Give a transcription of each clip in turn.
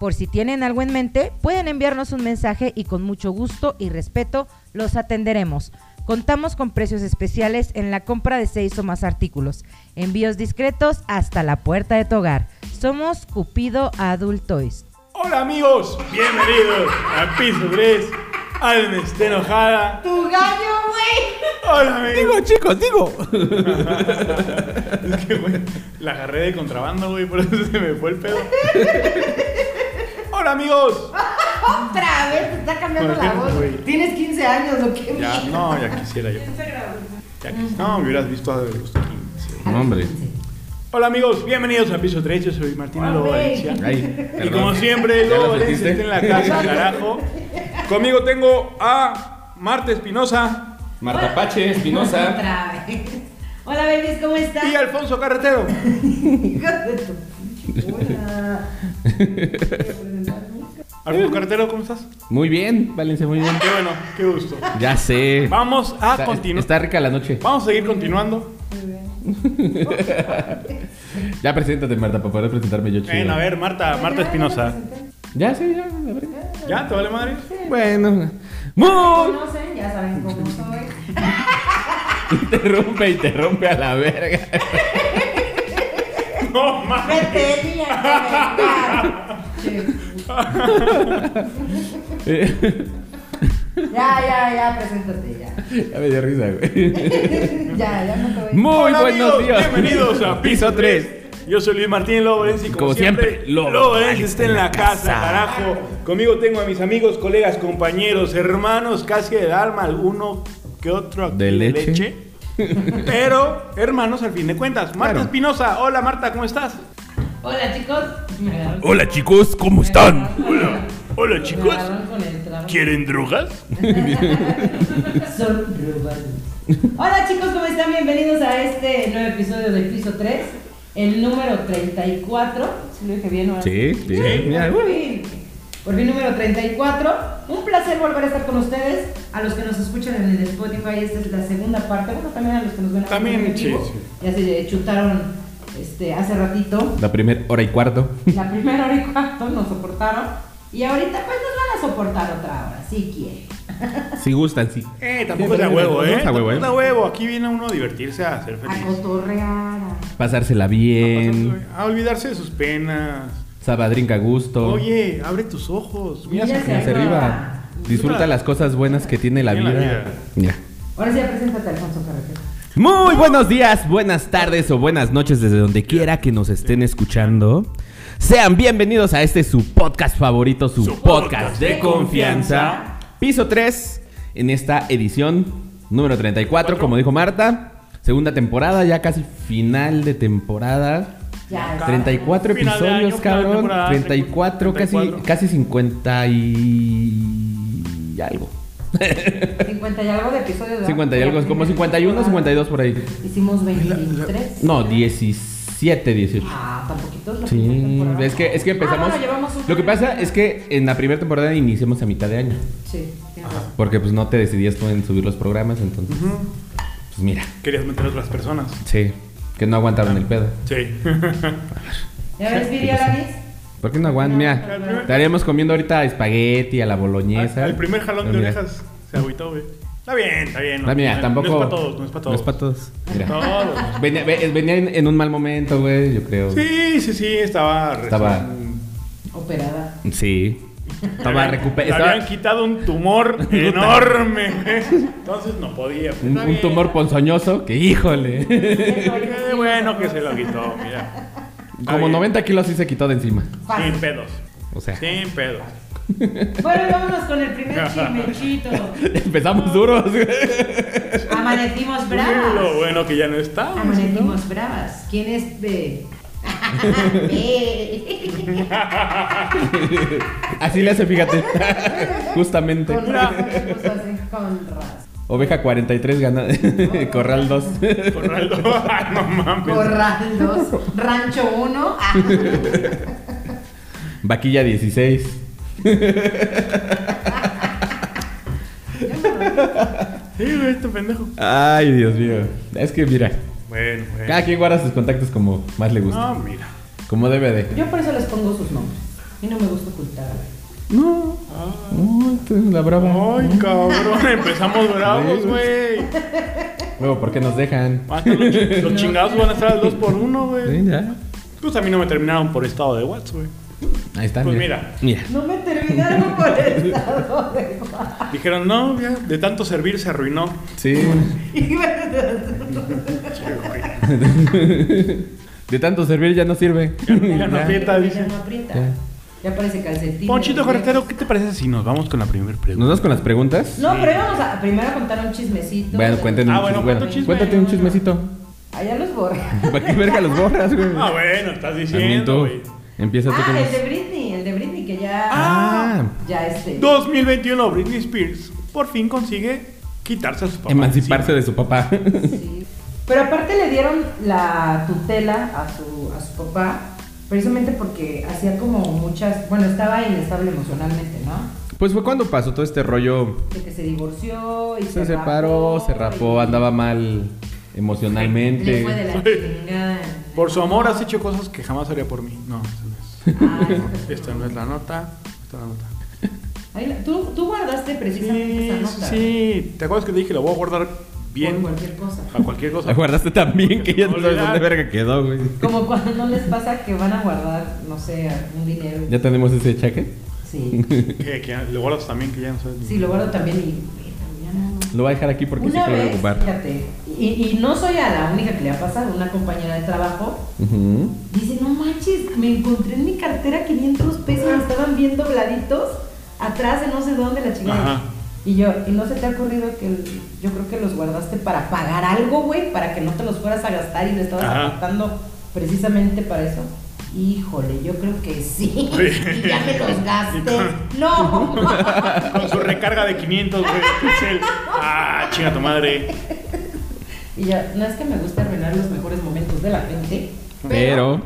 Por si tienen algo en mente, pueden enviarnos un mensaje y con mucho gusto y respeto los atenderemos. Contamos con precios especiales en la compra de seis o más artículos. Envíos discretos hasta la puerta de tu hogar. Somos Cupido Adult Toys. Hola amigos, bienvenidos a Piso 3. Alma está enojada. ¡Tu gallo, güey! Hola amigos. Digo, chicos, digo. Es que, güey, la agarré de contrabando, güey, por eso se me fue el pedo. Hola amigos. Otra vez te está cambiando ¿Por qué, la voz. güey? Tienes 15 años, lo que Ya, no, ya quisiera yo. Ya quis- no, me hubieras visto a gusto aquí. sí. No, hombre. Hola amigos, bienvenidos a Piso 3. Yo soy Martín Lobo Valencia. Ay, Y perdón. como siempre, ¿Ya la Lobo Valencia está en sentiste? la casa, carajo. Conmigo tengo a Marta Espinosa Marta Pache, Espinosa. Otra vez. Hola, babies, ¿cómo están? y Alfonso Carretero. Hijos de tu- Hola. Alfonso Carretero, ¿cómo estás? Muy bien, Valencia, muy bien. Qué bueno, qué gusto. Ya sé. Vamos a Está, continuar. está rica la noche. Vamos a seguir continuando. Ya preséntate, Marta, para poder presentarme yo chido. Ven, a ver, Marta, Marta Espinosa. Ya sé, ya, la verdad. ¿Ya? ¿Te vale madre? Bueno. ¡Muy! ¿Conocen? Ya saben cómo soy. Interrumpe, interrumpe a la verga. No, mames. Me tenía que dejar. Sí. Ya, ya, ya, preséntate ya. ya me dio risa, güey. Ya, ya no te voy Muy Hola, buenos amigos, días. Bienvenidos a Piso 3. Yo soy Luis Martín Lobo Valencia y como, Como siempre, siempre, Lobo Lobo Valencia Valencia está en la casa, carajo. Conmigo tengo a mis amigos, colegas, compañeros, hermanos, casi del alma, alguno que otro aquí ¿De leche? Pero hermanos al fin de cuentas. Marta Claro. Espinosa, hola Marta, ¿cómo estás? Hola chicos. Me agarraron- Hola, chicos, ¿cómo Hola. Hola Me agarraron con el trabajo. ¿quieren drogas? Son globales. Hola chicos, ¿cómo están? Bienvenidos a este nuevo episodio de Piso 3, el número 34. Si lo dije bien, ¿no? Sí, sí. Mira, Por uy. fin, por fin número 34. Un placer volver a estar con ustedes. A los que nos escuchan en el Spotify, esta es la segunda parte. Bueno, también a los que nos ven ahora También, en sí, vivo. sí. Ya se chutaron este, hace ratito. La primera hora y cuarto. La primera hora y cuarto nos soportaron. Y ahorita pues nos van a soportar otra hora, si quieren. Si gustan, sí. Eh, tampoco es de a huevo, ¿eh? No es a Tampoco huevo, ¿eh? es de a huevo. Aquí viene uno a divertirse, a ser a feliz. cotorrear. a- Pasársela bien. A olvidarse de sus penas. Sabadrinca a gusto. Oye, abre tus ojos. Mira Mira hacia Hacia arriba. arriba. Disfruta las cosas buenas que tiene la Tiene la vida. vida. Ya. Ahora sí, ya preséntate, Alfonso Carretero. Muy buenos días, buenas tardes o buenas noches desde donde quiera que nos estén escuchando. Sean bienvenidos a este su podcast favorito, su, Su podcast podcast de de confianza. confianza. Piso 3 en esta edición número 34, como dijo Marta. Segunda temporada, ya casi final de temporada. Ya, ya. 34 Final de episodios, año, final de cabrón. temporada, 34, casi 34. casi 50 y algo. 50 y algo de episodios. ¿verdad? 50 y algo, como 51, 52 por ahí. Hicimos 23. No, 17, 18. Ah, tan poquitos. la primera Sí, temporada. es que, es que empezamos. Ah, bueno, llevamos un- lo que pasa es que en la primera temporada iniciamos a mitad de año. Sí, tienes razón. Porque pues no te decidías tú en subir los programas, entonces. Pues mira, Querías meter a otras personas. sí, que no aguantaron el pedo. Sí. ¿Ya ves, Viri Alanis? ¿Por qué no aguantan? al Mira, primer- estaríamos comiendo ahorita espagueti a la boloñesa. El primer jalón de Mira. orejas se agüitó, güey. Está bien, está bien. Ah, mira, no, tampoco. No es para todos, no es para todos. No es para todos. Mira. Todos. Venía, ve- venía en, en un mal momento, güey, yo creo. Sí, sí, sí, estaba. recién- Estaba- Operada. Sí. Estaba Le habían- recupe- le estaba- habían quitado un tumor enorme, güey. Entonces no podía. un, un tumor ponzoñoso que, híjole. Qué bueno que se lo quitó, mira. Está Como bien. 90 kilos sí se quitó de encima. Sin Fácil. pedos. O sea. Sin pedos. Bueno, y vámonos con el primer chismechito. Empezamos duros. Amanecimos Lo bravas. Ah, bueno que ya no está. Amanecimos bravas. ¿Quién es de.? Así le hace, fíjate. Justamente. Con razón me puso así, con razón. Oveja 43 gana. Corral 2. Corraldo. Ay, no mames. Corral 2, Rancho 1. Vaquilla 16. Sí, güey, este pendejo. Ay, Dios mío. Es que mira, Bueno, bueno. cada quien guarda sus contactos como más le No, gusta. mira. Como debe de. Yo por eso les pongo sus nombres. Y no me gusta ocultar. No. No, esta es la brava. Ay, cabrón, empezamos bravos, Sí. güey. Luego, ¿por qué nos dejan? Hasta Los, chi- los chingados van a estar al 2 por 1 Sí, güey. ya. Pues a mí no me terminaron por estado de WhatsApp, güey. Ahí está. Pues Mira. No me terminaron por el estado de Juan. Dijeron, no, ya, de tanto servir se arruinó. Sí. Y verdad. Che, güey. De tanto servir ya no sirve. Ya no aprieta, dice. Ya no aprieta. Ya. Ya parece calcetín. Ponchito Ya. Carretero, ¿qué te parece si nos vamos con la primera ¿Nos pregunta? das con las preguntas? No, pero íbamos a primero a contar un chismecito. Bueno, cuéntenos. Ah, bueno, un chis- cuento chisme. Cuéntate un chismecito. Allá los borré. ¿Para qué verga los borras, güey? Ah, bueno, estás También diciendo, tú. güey. Empieza tú con Ah, los- el de Britney, el de Britney que ya. Ah. ya este. 2021, Britney Spears por fin consigue quitarse a sus papás. Emanciparse de su papá. Sí. Pero aparte le dieron la tutela a su, a su papá, precisamente porque hacía como muchas, bueno, estaba inestable emocionalmente, ¿no? Pues fue cuando pasó todo este rollo. De que se divorció y Se separó, se rapó, y andaba mal Le fue de emocionalmente. la chingada. Por su amor has hecho cosas que jamás haría por mí. No, esta no Ah, es. Esta no es la nota. Esta es la nota. ahí la- ¿tú, tú guardaste precisamente Sí, esa sí, nota. sí. ¿Te acuerdas que te dije? La voy a guardar bien. Por cualquier cosa. A cualquier cosa. La guardaste tan bien que ya no sabes dónde verga quedó, güey. Como cuando no les pasa que van a guardar, no sé, un dinero. Ya tenemos ese cheque. Sí. Que, que lo guardas también, que ya no sabes. ni- Sí, lo guardo también y. "Verga, ya no- Lo voy a dejar aquí porque sé una que lo voy a vez, ocupar. fíjate, y, y no soy a la única que le ha pasado, una compañera de trabajo Ujú. dice, no manches, me encontré en mi cartera 500 pesos, me estaban bien dobladitos atrás de no sé dónde la chingada. Ajá. Y yo, ¿y no se te ha ocurrido que el- yo creo que los guardaste para pagar algo, güey, para que no te los fueras a gastar y lo estabas Ajá. apartando precisamente para eso? Híjole, yo creo que sí. Y ya me los gasté. No. Con su recarga de 500, güey. Pixel. Ah, chinga tu madre. Y ya, no es que me gusta arruinar los mejores momentos de la gente. Pero.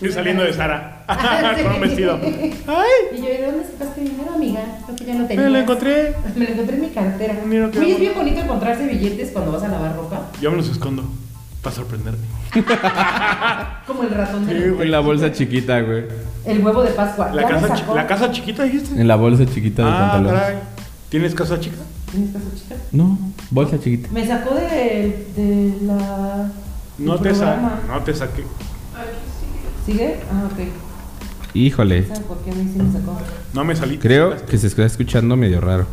Y saliendo de Sara. Con un vestido. Ah, ¡Ay! Y yo, ¿y de dónde sacaste dinero, amiga? Creo que ya no tenía. Me lo encontré. Me lo encontré en mi cartera. Un dinero que Oye, no- es bien bonito encontrarse billetes cuando vas a lavar ropa. Yo me los escondo. Para sorprenderme. Como el ratón de... Sí, güey. En la bolsa chiquita, güey. El huevo de Pascua. La Ya me casa, chi- sacó. la casa chiquita, dijiste. En la bolsa chiquita de Ah, pantalón. caray. ¿Tienes casa chica? ¿Tienes casa chica? No, bolsa chiquita. Me sacó de, de la... No del te, sa programa. no te saqué. ¿Sigue? Ah, ok. Híjole. ¿Sabes por qué a mí sí me sacó? No me salí. Creo que se está escuchando medio raro.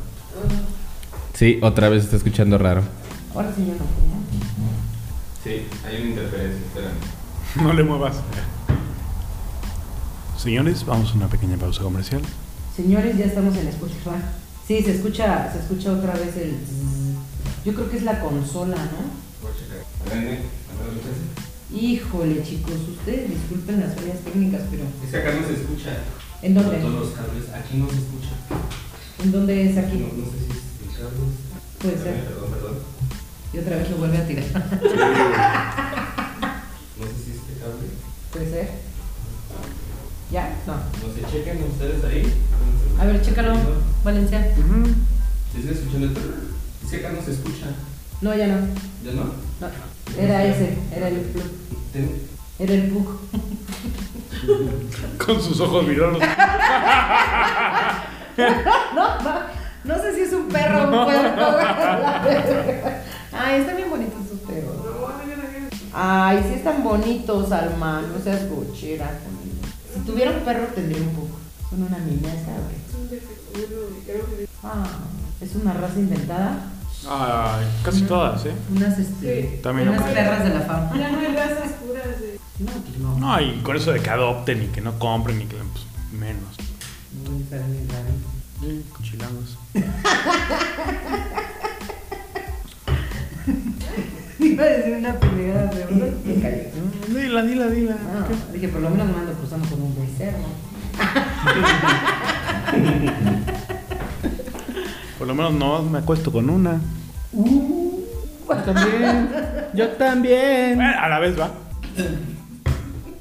Sí, otra vez se está escuchando raro. Ahora sí ya no. ¿no? Sí, hay una interferencia, espérame. No le muevas. Señores, vamos a una pequeña pausa comercial. Señores, ya estamos en Spotify. Sí, se escucha, se escucha otra vez el... zzzz. Yo creo que es la consola, ¿no? Híjole, chicos, ustedes disculpen las fallas técnicas, pero Es que acá no se escucha. ¿en dónde? Todos los cables, aquí no se escucha. ¿En dónde es No, aquí? no sé si es el cable. Puede ser. Perdón, perdón. Y otra vez lo vuelve a tirar. No sé si es este cable. Puede ser. ¿Ya? No. No sé, chequen ustedes ahí. A ver, chécalo, Valencia. ¿Se sigue escuchando esto? Es que acá no se escucha. No, ya no. ¿Ya no? No. Era ese, era el plug. Ten- Era el bug. Con sus ojos miró los- No, no, no sé si es un perro o un puerco. Ay, están bien bonitos sus perros. Ay, sí están bonitos, Alma. No seas gochera con ellos. Si tuviera un perro, tendría un poco. Son una amenaza, güey. Ah, es una raza inventada. Ay, casi todas, ¿eh? Unas, este, También unas no. perras de la fama. Ya no hay razas puras de. No, pues no. No, y con eso de que adopten y que no compren y que pues, menos. No, están bien raritos. Cochilangos. iba a decir una pendejada, pero me cayó. Mm, Dila, dila, dila. Ah, dije, por lo menos no ando cruzando con un buen cerdo. Por lo menos no me acuesto con una. Yo también. Yo también. Bueno, a la vez va.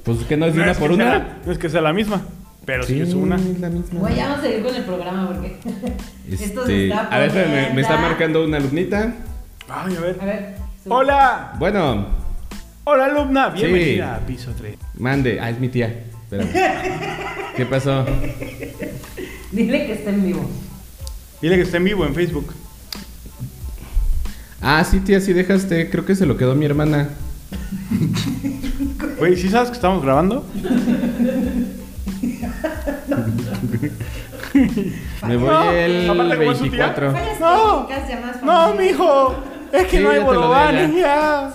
Pues que no es de No una es por que sea una. la- no es que sea la misma, pero sí, es una. es la misma. Güey, ya vamos a seguir con el programa porque esto se Este, está a ver, espérame, me, está poniendo- marcando una alumnita. Ay, a A ver. ver. sube. Hola, Bueno, hola alumna, Sí. bienvenida a piso 3. mande. Ah, es mi tía. Espérame. ¿Qué pasó? Dile que está en vivo. Dile que está en vivo en Facebook. Ah, sí, tía, sí dejaste. Creo que se lo quedó mi hermana. Güey, ¿sí sabes que estamos grabando? Me voy No, aparte, el como es su tía. 24. Fallas No. técnicas ya más No, familiares. mijo, es que Sí, no hay ya te lo di bolobanes ya.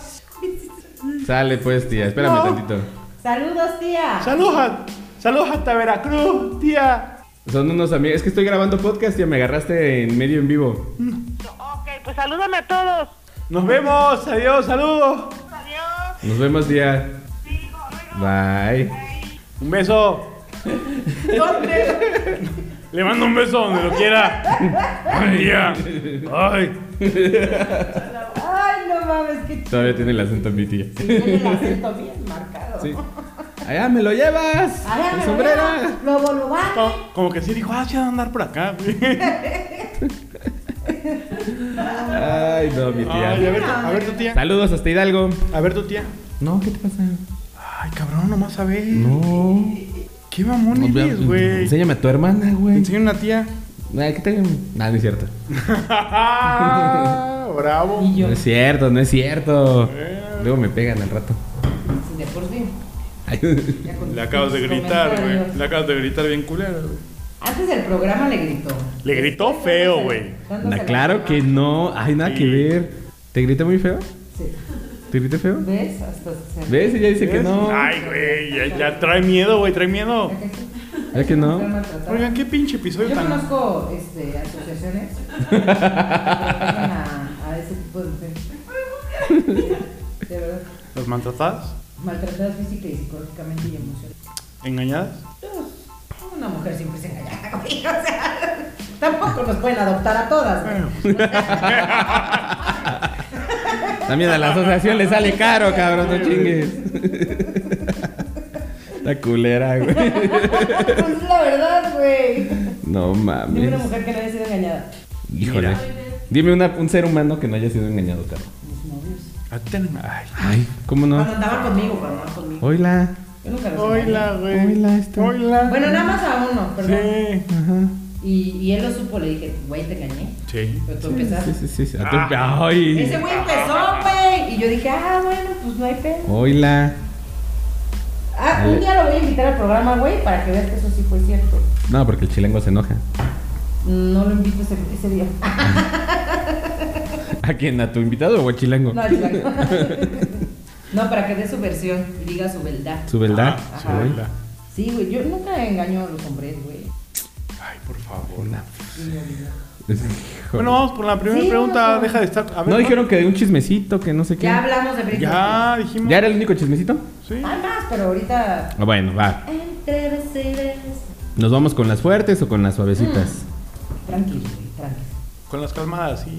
Sale pues, tía. Espérame No. tantito. Saludos, tía. Saludos, a- saludos hasta Veracruz, tía. Son unos amigos. Es que estoy grabando podcast, tía. Me agarraste en medio en vivo. Ok, pues salúdame a todos. Nos vemos, adiós, saludos. Adiós. Nos vemos, tía. Sí, bueno. Bye. Un beso. Le mando un beso donde lo quiera. Ay, tía. Ay. Ay, no mames, qué chido. Todavía tiene el acento mi tía. Tiene el acento bien marcado. Sí. Allá me lo llevas. Ahora ¡La me sombrera. sombrera. Lo bolubanes. Co- Como que sí dijo, ah, sí, ha de andar por acá. Ay, no, mi tía. Ay, a ver, a ver tu tía. Saludos hasta Hidalgo. A ver tu tía. No, ¿qué te pasa? Ay, cabrón, nomás a ver. No. Qué mamón eres, güey. Te Enséñame a tu hermana, güey. Enseña una tía. Ay, ¿qué te- Nah, no es cierto. Bravo. No es cierto, no es cierto. Eh. Luego me pegan al rato. Sí, de por sí. Ay, Ya con Le tus acabas de gritar, comentarios. güey. Le acabas de gritar bien culero, güey. Antes del programa le gritó. Le gritó feo, güey. Dándose nah, la claro mano. que no. Ay, nada que Sí. ver. ¿Te grité muy feo? Sí. ¿Te grité feo? ¿Ves? Hasta se- ¿Ves? Ella dice que ¿Ves? no. Ay, güey, ya, ya trae miedo, güey, trae miedo. ¿Es que Está no? maltratada. Oigan, qué pinche episodio Yo tan. conozco este, asociaciones que tratan a, a ese tipo de mujeres. De verdad. ¿Las maltratadas? Maltratadas física y psicológicamente y emocionalmente. ¿Engañadas? Una mujer siempre es engañada, güey. O sea, tampoco nos pueden adoptar a todas. güey. También a la asociación le sale caro, cabrón, no chingues. La culera, güey. Pues la verdad, güey. No Dime una mames. mujer que no haya sido engañada. Híjole. Dime una- un ser humano que no haya sido engañado, cabrón. Mis novios. Atén- Ay. Ay, ¿cómo Cuando no? andaban conmigo, cuando andaban conmigo. Hola. Yo nunca los engañé. Hola, güey. Hola, está. Hola. Bueno, nada más a uno, perdón. este. Sí. Ajá. Y, y él lo supo, le dije, güey, te engañé. Sí. Pero tú Sí, empezaste. sí, sí. sí. A tu- Ah. Ay. Ese güey empezó, güey. Y yo dije, ah, bueno, pues no hay pedo. Hola. Oh, Ah, un día lo voy a invitar al programa, güey, para que veas que eso sí fue cierto. No, porque el chilengo se enoja. No lo invito ese, ese día. ¿A quién? ¿A tu invitado o al chilengo? No, el chilango. No, para que dé su versión y diga su verdad. Su Ah, verdad. Sí, sí, Ajá. güey. hola. Sí, güey, yo nunca engaño a los hombres, güey. Ay, por favor. Híjole. Bueno, vamos por la primera Sí, pregunta. vamos. Deja de estar. A ver, No dijeron que de un chismecito, que no sé qué. Ya hablamos de Britney. Ya dijimos. ¿Ya era el único chismecito? Sí. Hay más, pero ahorita. Ah, Bueno, va. Entre veces. ¿Nos vamos con las fuertes o con las suavecitas? Ah. Tranquilo, güey, tranquilo. Con las calmadas, sí.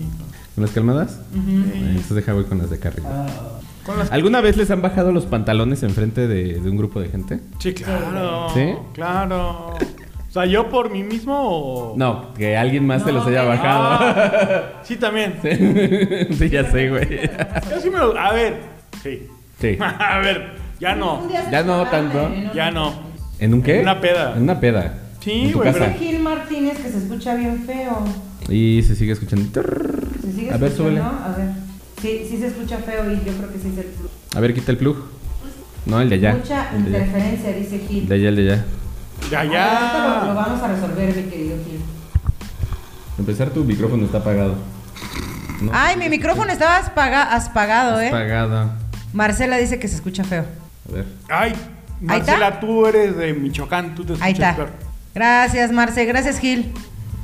¿Con las calmadas? Entonces deja voy con las de acá arriba. Mm. Ah. Con las ¿Alguna vez les han bajado los pantalones enfrente de, de un grupo de gente? Sí, claro. ¿Sí? Claro. O sea, yo por mí mismo. o- No, que alguien más te los haya No, que- bajado. Ah, sí, también. sí, ya sé, güey. Yo sí me lo. A ver. Sí. Sí. A ver. Ya no. Un día se Ya no separaron, tanto. güey, ¿no? Ya no. ¿En un qué? En una peda. En una peda. Sí, En tu güey, casa. Ese Gil Martínez que se escucha bien feo. Y se sigue escuchando. ¿Se sigue A ver, escuchando? súbele. A ver. Sí, sí se escucha feo y yo creo que sí es el plus. A ver, quita el plug. No, el de allá. Mucha el de allá. interferencia, dice El Gil. de allá, el de allá. Ya, Ah, ahorita Lo, lo ya. vamos a resolver, mi querido Gil. Empezar tu micrófono está apagado. No, Ay, mi micrófono estaba aspaga- aspagado, Ah, ¿eh? Apagado. A Marcela dice que se escucha feo. ver. Ay. Marcela, tú eres de Michoacán. Tú te escuchas Ahí está. peor. Gracias, Marce. Gracias, Gil.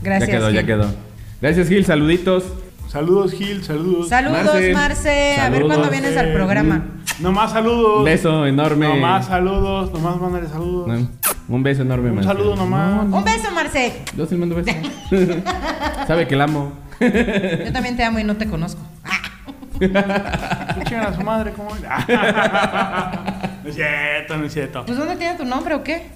Gracias. ya quedó, ya Gil. quedó. Gracias, Gil. Saluditos. Saludos, Gil, saludos. Saludos, Marce. Marce. A ver Saludos. cuándo vienes al Eh, programa. Nomás saludos. Un beso enorme. Nomás saludos, nomás mándale saludos. No, Un beso enorme, Un Marce. saludo nomás. Un beso, Marce. Yo sí le mando beso. Sabe que la amo. Yo también te amo y no te conozco. Que chingan a su madre, ¿cómo era? no es cierto, no es cierto. Pues ¿dónde tiene tu nombre o qué?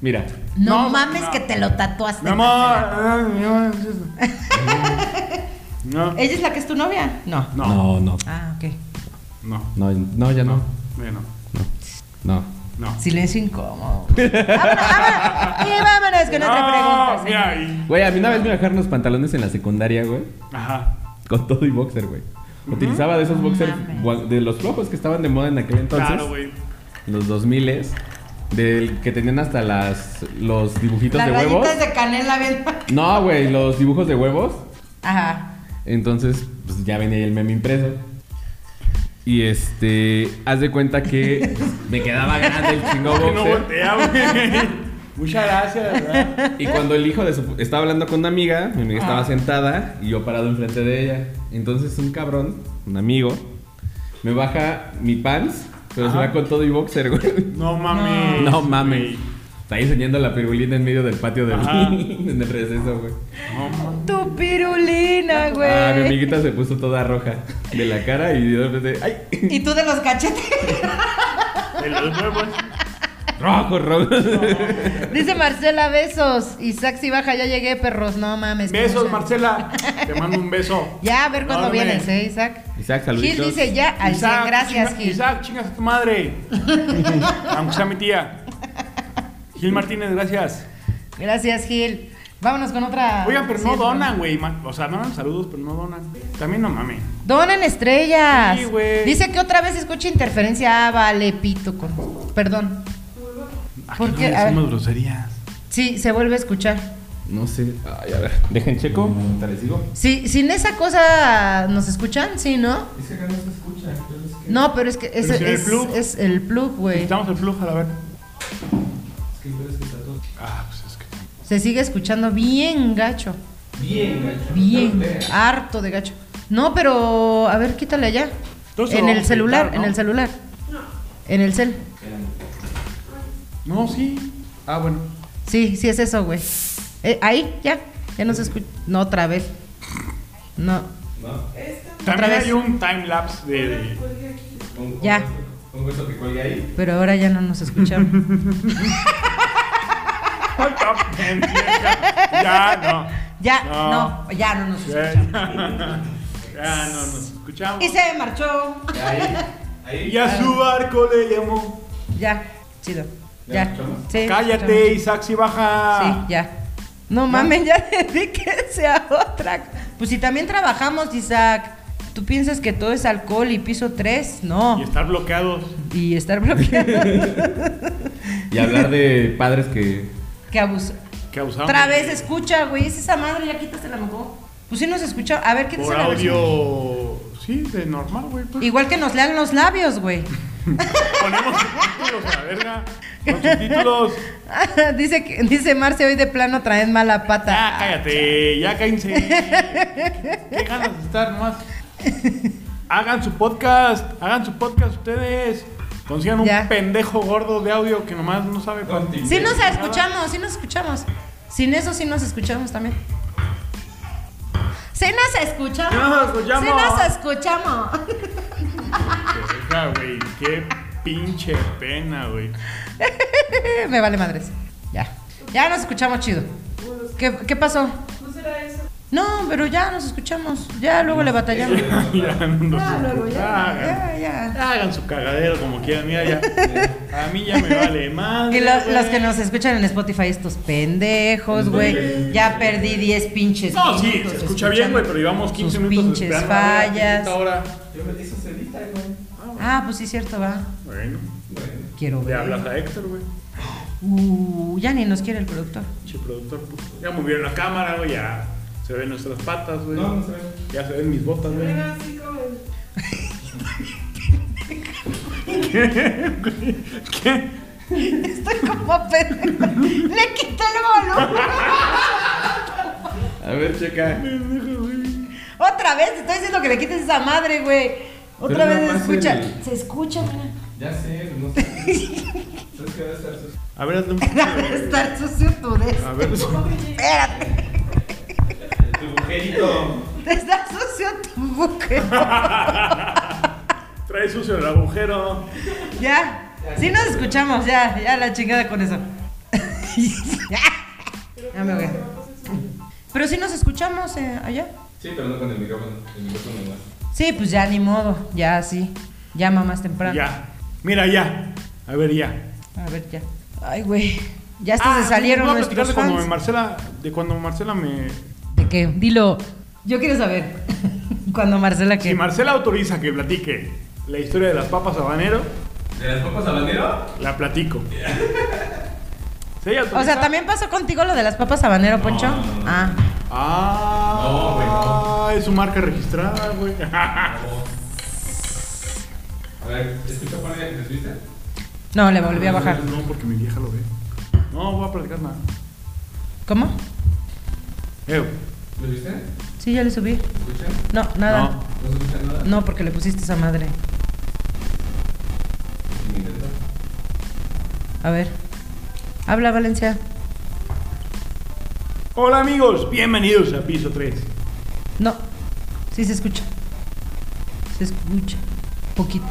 Mira. No, No, mames no. que te lo tatuaste. Mi amor, ah, mi amor, es eso. Eh. No, ¿Ella es la que es tu novia? No. no, no. Ah, ok. no, No, no, ya no. bueno, No. no. Silencio incómodo. vámonos, vámonos. Y vámonos con otra pregunta. No, señor. mira, y- Güey, a mí una vez me bajaron los pantalones en la secundaria, güey. Ajá. Con todo y boxer, güey. Utilizaba de esos boxers, Mames. gua- de los flojos que estaban de moda en aquel entonces. claro, güey. Los 2000 del que tenían hasta las los dibujitos Las de huevos. rayitas de canela bien. No, güey, los dibujos de huevos. Ajá. Entonces, pues ya venía ahí el meme impreso. Y este, haz de cuenta que pues, me quedaba grande el chingo No, boxer. no voltea, güey. Muchas gracias, de ¿verdad? Y cuando el hijo de su... Estaba hablando con una amiga, mi amiga Ah. estaba sentada y yo parado enfrente de ella. Entonces un cabrón, un amigo, me baja mi pants, pero se Ajá. va con todo y boxer, güey. No mames. No mames. güey. Está enseñando la pirulina en medio del patio del... Ajá. en el receso, güey. No mames. Tu pirulina, güey. Ah, mi amiguita se puso toda roja de la cara y de repente... ¡Ay! Y tú de los cachetes. De los huevos. ¡Rojo, rojo! Dice Marcela, besos. Isaac, si baja, ya llegué, perros. No mames. ¿cómo Besos, saben? Marcela. Te mando un beso. Ya, a ver cuándo Enorme. vienes, ¿eh, Isaac? Isaac, Gil saluditos. dice ya al Isaac, 100. Gracias, chinga- Gil. Isaac, chingas a tu madre. Aunque sea mi tía. Gil Martínez, gracias. Gracias, Gil. Vámonos con otra. Oigan, pero Sí, no otra. donan, güey. ma- O sea, donan saludos, pero no donan. También no mames. Donen estrellas. Sí, güey. Dice que otra vez escucha interferencia. Ah, vale, pito. Con... Perdón. ¿A ¿Por qué qué? Ah, no A ver. decimos groserías? Sí, se vuelve a escuchar. No sé. Ay, a ver. Dejen checo. ¿Te les digo? Sí, sin esa cosa, ¿nos escuchan? Sí, ¿no? Es que acá no se escucha. pero es que- No, pero es que es, Pero sin el es- plug. es el plug, güey. Necesitamos el flujo, a ver. Ah, pues es que. Se sigue escuchando bien gacho. Bien, gacho. Bien, Voltea. harto de gacho. No, pero a ver, quítale allá. Entonces en lo el vamos a celular, quitar, ¿no? en el celular. En el cel. No, sí. Ah, bueno. Sí, sí es eso, güey. Eh, ahí, ya. Ya no se escucha. No, otra vez. No. También vez. hay un time lapse de. de- Pongo- Ya. Pongo eso que cuelga ahí. Pero ahora ya no nos escuchamos. ya, no. ya, no. No. ya no nos Ya, escuchamos. ya no nos escuchamos. Y se marchó. Y a su barco le llamó. Ya, chido. ¿Ya Ya. escuchamos? Sí, Cállate, Isaac, si baja. Sí, ya. No mames, ya dedíquense a otra. co- Pues si también trabajamos, Isaac. ¿Tú piensas que todo es alcohol y piso 3? No. Y estar bloqueados. Y estar bloqueado. Y hablar de padres que. Qué abuso. Que abusamos. Otra vez escucha, güey. Es esa madre, ya quítasela mejor. Pues sí nos escucha. A ver, ¿qué dice Por la versión? audio. Sí, de normal, güey. pues. Igual que nos lean los labios, güey. Ponemos subtítulos a la verga. Con subtítulos. dice, que- dice Marce, hoy de plano traen mala pata. Ah, Ya, cállate. Ya, cállense. Qué ganas de estar nomás. Hagan su podcast. Hagan su podcast ustedes. Consigan un Ya. pendejo gordo de audio que nomás no sabe cuánto. Sí nos escuchamos, sí nos escuchamos. Sin eso sí nos escuchamos también. Sí nos escuchamos. Sí nos Sí escuchamos. nos escuchamos. Verga, güey. Qué pinche pena, güey. Me vale madres. Ya. Ya nos escuchamos chido. ¿Qué, qué pasó? No, pero ya nos escuchamos. Ya luego le batallamos. Ya, no Ya, se- Ah, luego, ya, Hagan. ya, ya. Hagan su cagadero como quieran, mira ya. A mí ya me vale más. Y lo- los que nos escuchan en Spotify, estos pendejos, güey. Ya perdí 10 pinches. No, sí, minutos se escucha bien, güey, pero llevamos 15 sus minutos pinches esperando. a ver, fallas. esta hora. Ah, pues sí, cierto, va. Bueno, Quiero le ver. hablas a Héctor, güey. Uh, ya ni nos quiere el productor. Che productor, puto. Ya movieron la cámara, güey, ya. Se ven nuestras patas, güey. Ya se ven mis botas, güey. ¿Qué? Estoy como pendejo. Le quité el volumen. A ver, checa. Otra vez, te estoy diciendo que le quites esa madre, güey. Otra Pero vez se nomás escucha. el- Se escucha, mira. Ya sé, pues no sé. ¿Sabes qué va a estar sucio? A ver, hazle un Debe estar sucio tu de A ver, Espérate. pues. Tu agujerito. Está sucio tu buque. trae sucio el agujero. Ya. Sí nos escuchamos, ya. Ya la chingada con eso. ya me voy. Pero sí nos escuchamos eh, allá. Sí, pero no con el micrófono. El micrófono no. Sí, pues ya ni modo. Ya sí. Llama más temprano. Ya. Mira, ya. A ver, ya. A ver, ya. Ay, güey. Ya hasta Ah, se salieron voy a platicar nuestros de cuando me fans. Marcela, de cuando Marcela me... ¿De qué? Dilo. Yo quiero saber. Cuando Marcela que. Si Marcela autoriza que platique la historia de las papas habanero, ¿De las papas habanero? la platico. Si ella autoriza- o sea, ¿también pasó contigo lo de las papas habanero, Poncho? no, no, no. Ah. Ah, No, güey, no. es su marca registrada, güey. A ver, escucha, ponle, ¿me subiste? No, le volví a bajar. No, porque mi vieja lo ve. No, voy a platicar nada. ¿Cómo? Eh, ¿Me subiste? Sí, ya le subí. ¿Escucha? No, nada. no. ¿No se escucha nada? No, porque le pusiste esa madre. Ni intento. A ver. Habla, Valencia. Hola amigos, bienvenidos a Piso 3. No. Sí se escucha. Se escucha. Poquito.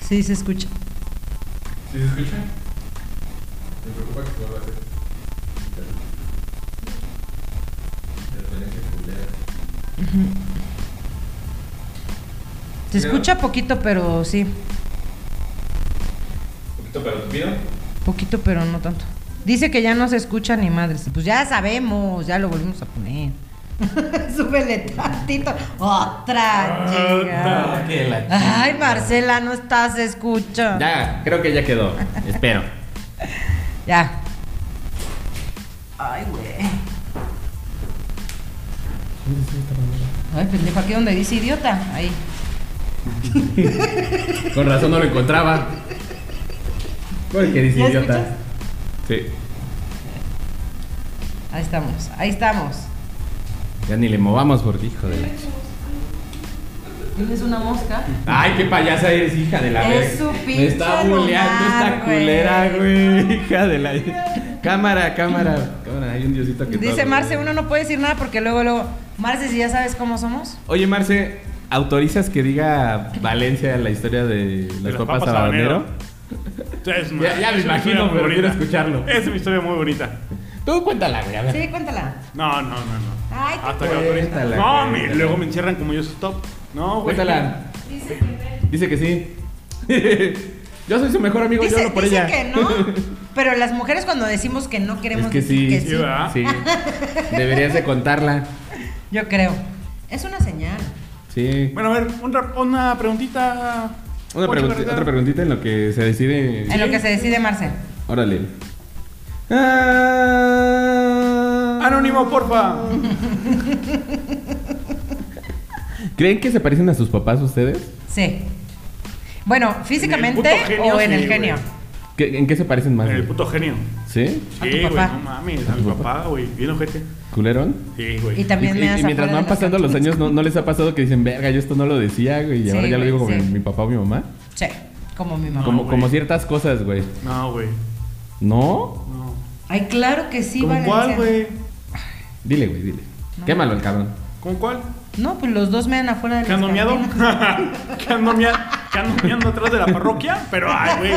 Sí se escucha. ¿Sí se escucha? Me preocupa que vuelva a hacer. Referencia culera. Se Ya. escucha poquito, pero sí. ¿Un poquito para tu pido? Poquito, pero no tanto. Dice que ya no se escucha ni madres. Pues ya sabemos, ya lo volvimos a poner. Súbele tantito. Otra chica. que la Ay, Marcela, no estás, se escucha. Ya. Ya, creo que ya quedó. Espero. Ay, güey. Ay, pendejo, aquí donde dice idiota. Ahí. Con razón no lo encontraba. Porque dice ¿Ya idiota. escuchas? Sí. Ahí estamos, ahí estamos. Ya ni le movamos porque hijo de la ch- Tienes una mosca. Ay, qué payasa eres, hija de la Es verga. su pinche Me está buleando lunar, esta güey. culera, güey. Hija de la. Cámara, cámara. Cámara, hay un diosito que. Dice todo- Marce, uno no puede decir nada porque luego, luego. Marce, si ya sabes cómo somos. Oye, Marce, ¿autorizas que diga Valencia la historia de las papas, habanero? Es una- Ya- ya me es una historia imagino, muy pero quiero bonita. escucharlo. Es una historia muy bonita. Tú cuéntala, güey, a ver. Sí, cuéntala. No, no, no, no. Ah, Ay, qué Hasta que cuéntala, autoriza. No, cuéntala. me- luego me encierran como yo soy top. No, güey. Cuéntala. Dice que sí. yo soy su mejor amigo, yo Dice, hablo por dice ella. que no, pero las mujeres cuando decimos que no queremos Es que decir sí, que sí, sí. ¿verdad? Sí. Deberías de contarla. Yo creo. Es una señal. Sí. Bueno, a ver, un rap- una preguntita. Una Poncho pregunta- Carretera. otra preguntita en lo que se decide. En lo que se decide Marce. Órale. Ah. Anónimo, porfa. ¿Creen que se parecen a sus papás ustedes? Sí. Bueno, físicamente En el puto genio, o en sí, el güey. genio. ¿Qué- ¿En qué se parecen más? El güey? Eh, puto genio. ¿Sí? A tu Sí, güey, papá. no mames. ¿A A mi tu papá, güey. Bien ojete. ¿Culerón? Sí, Y güey. también y, me y- das y mientras afuera van de las pasando los cantinas. años, ¿no, no les ha pasado que dicen, verga, yo esto no lo decía, güey? Y Sí, ahora ya lo güey, digo como sí. mi papá o mi mamá. Sí, como mi mamá. como, güey. como ciertas cosas, güey. No, güey. ¿No? No. Ay, claro que sí, ¿Cómo Valencia. cuál, güey? Dile, güey, dile. No. Quémalo el cabrón. ¿Cómo cuál? No, pues los dos me dan afuera de las ¿Que ando miado? cantinas. ¿Que ando mia- que ando miando atrás de la parroquia? Pero, ay, güey.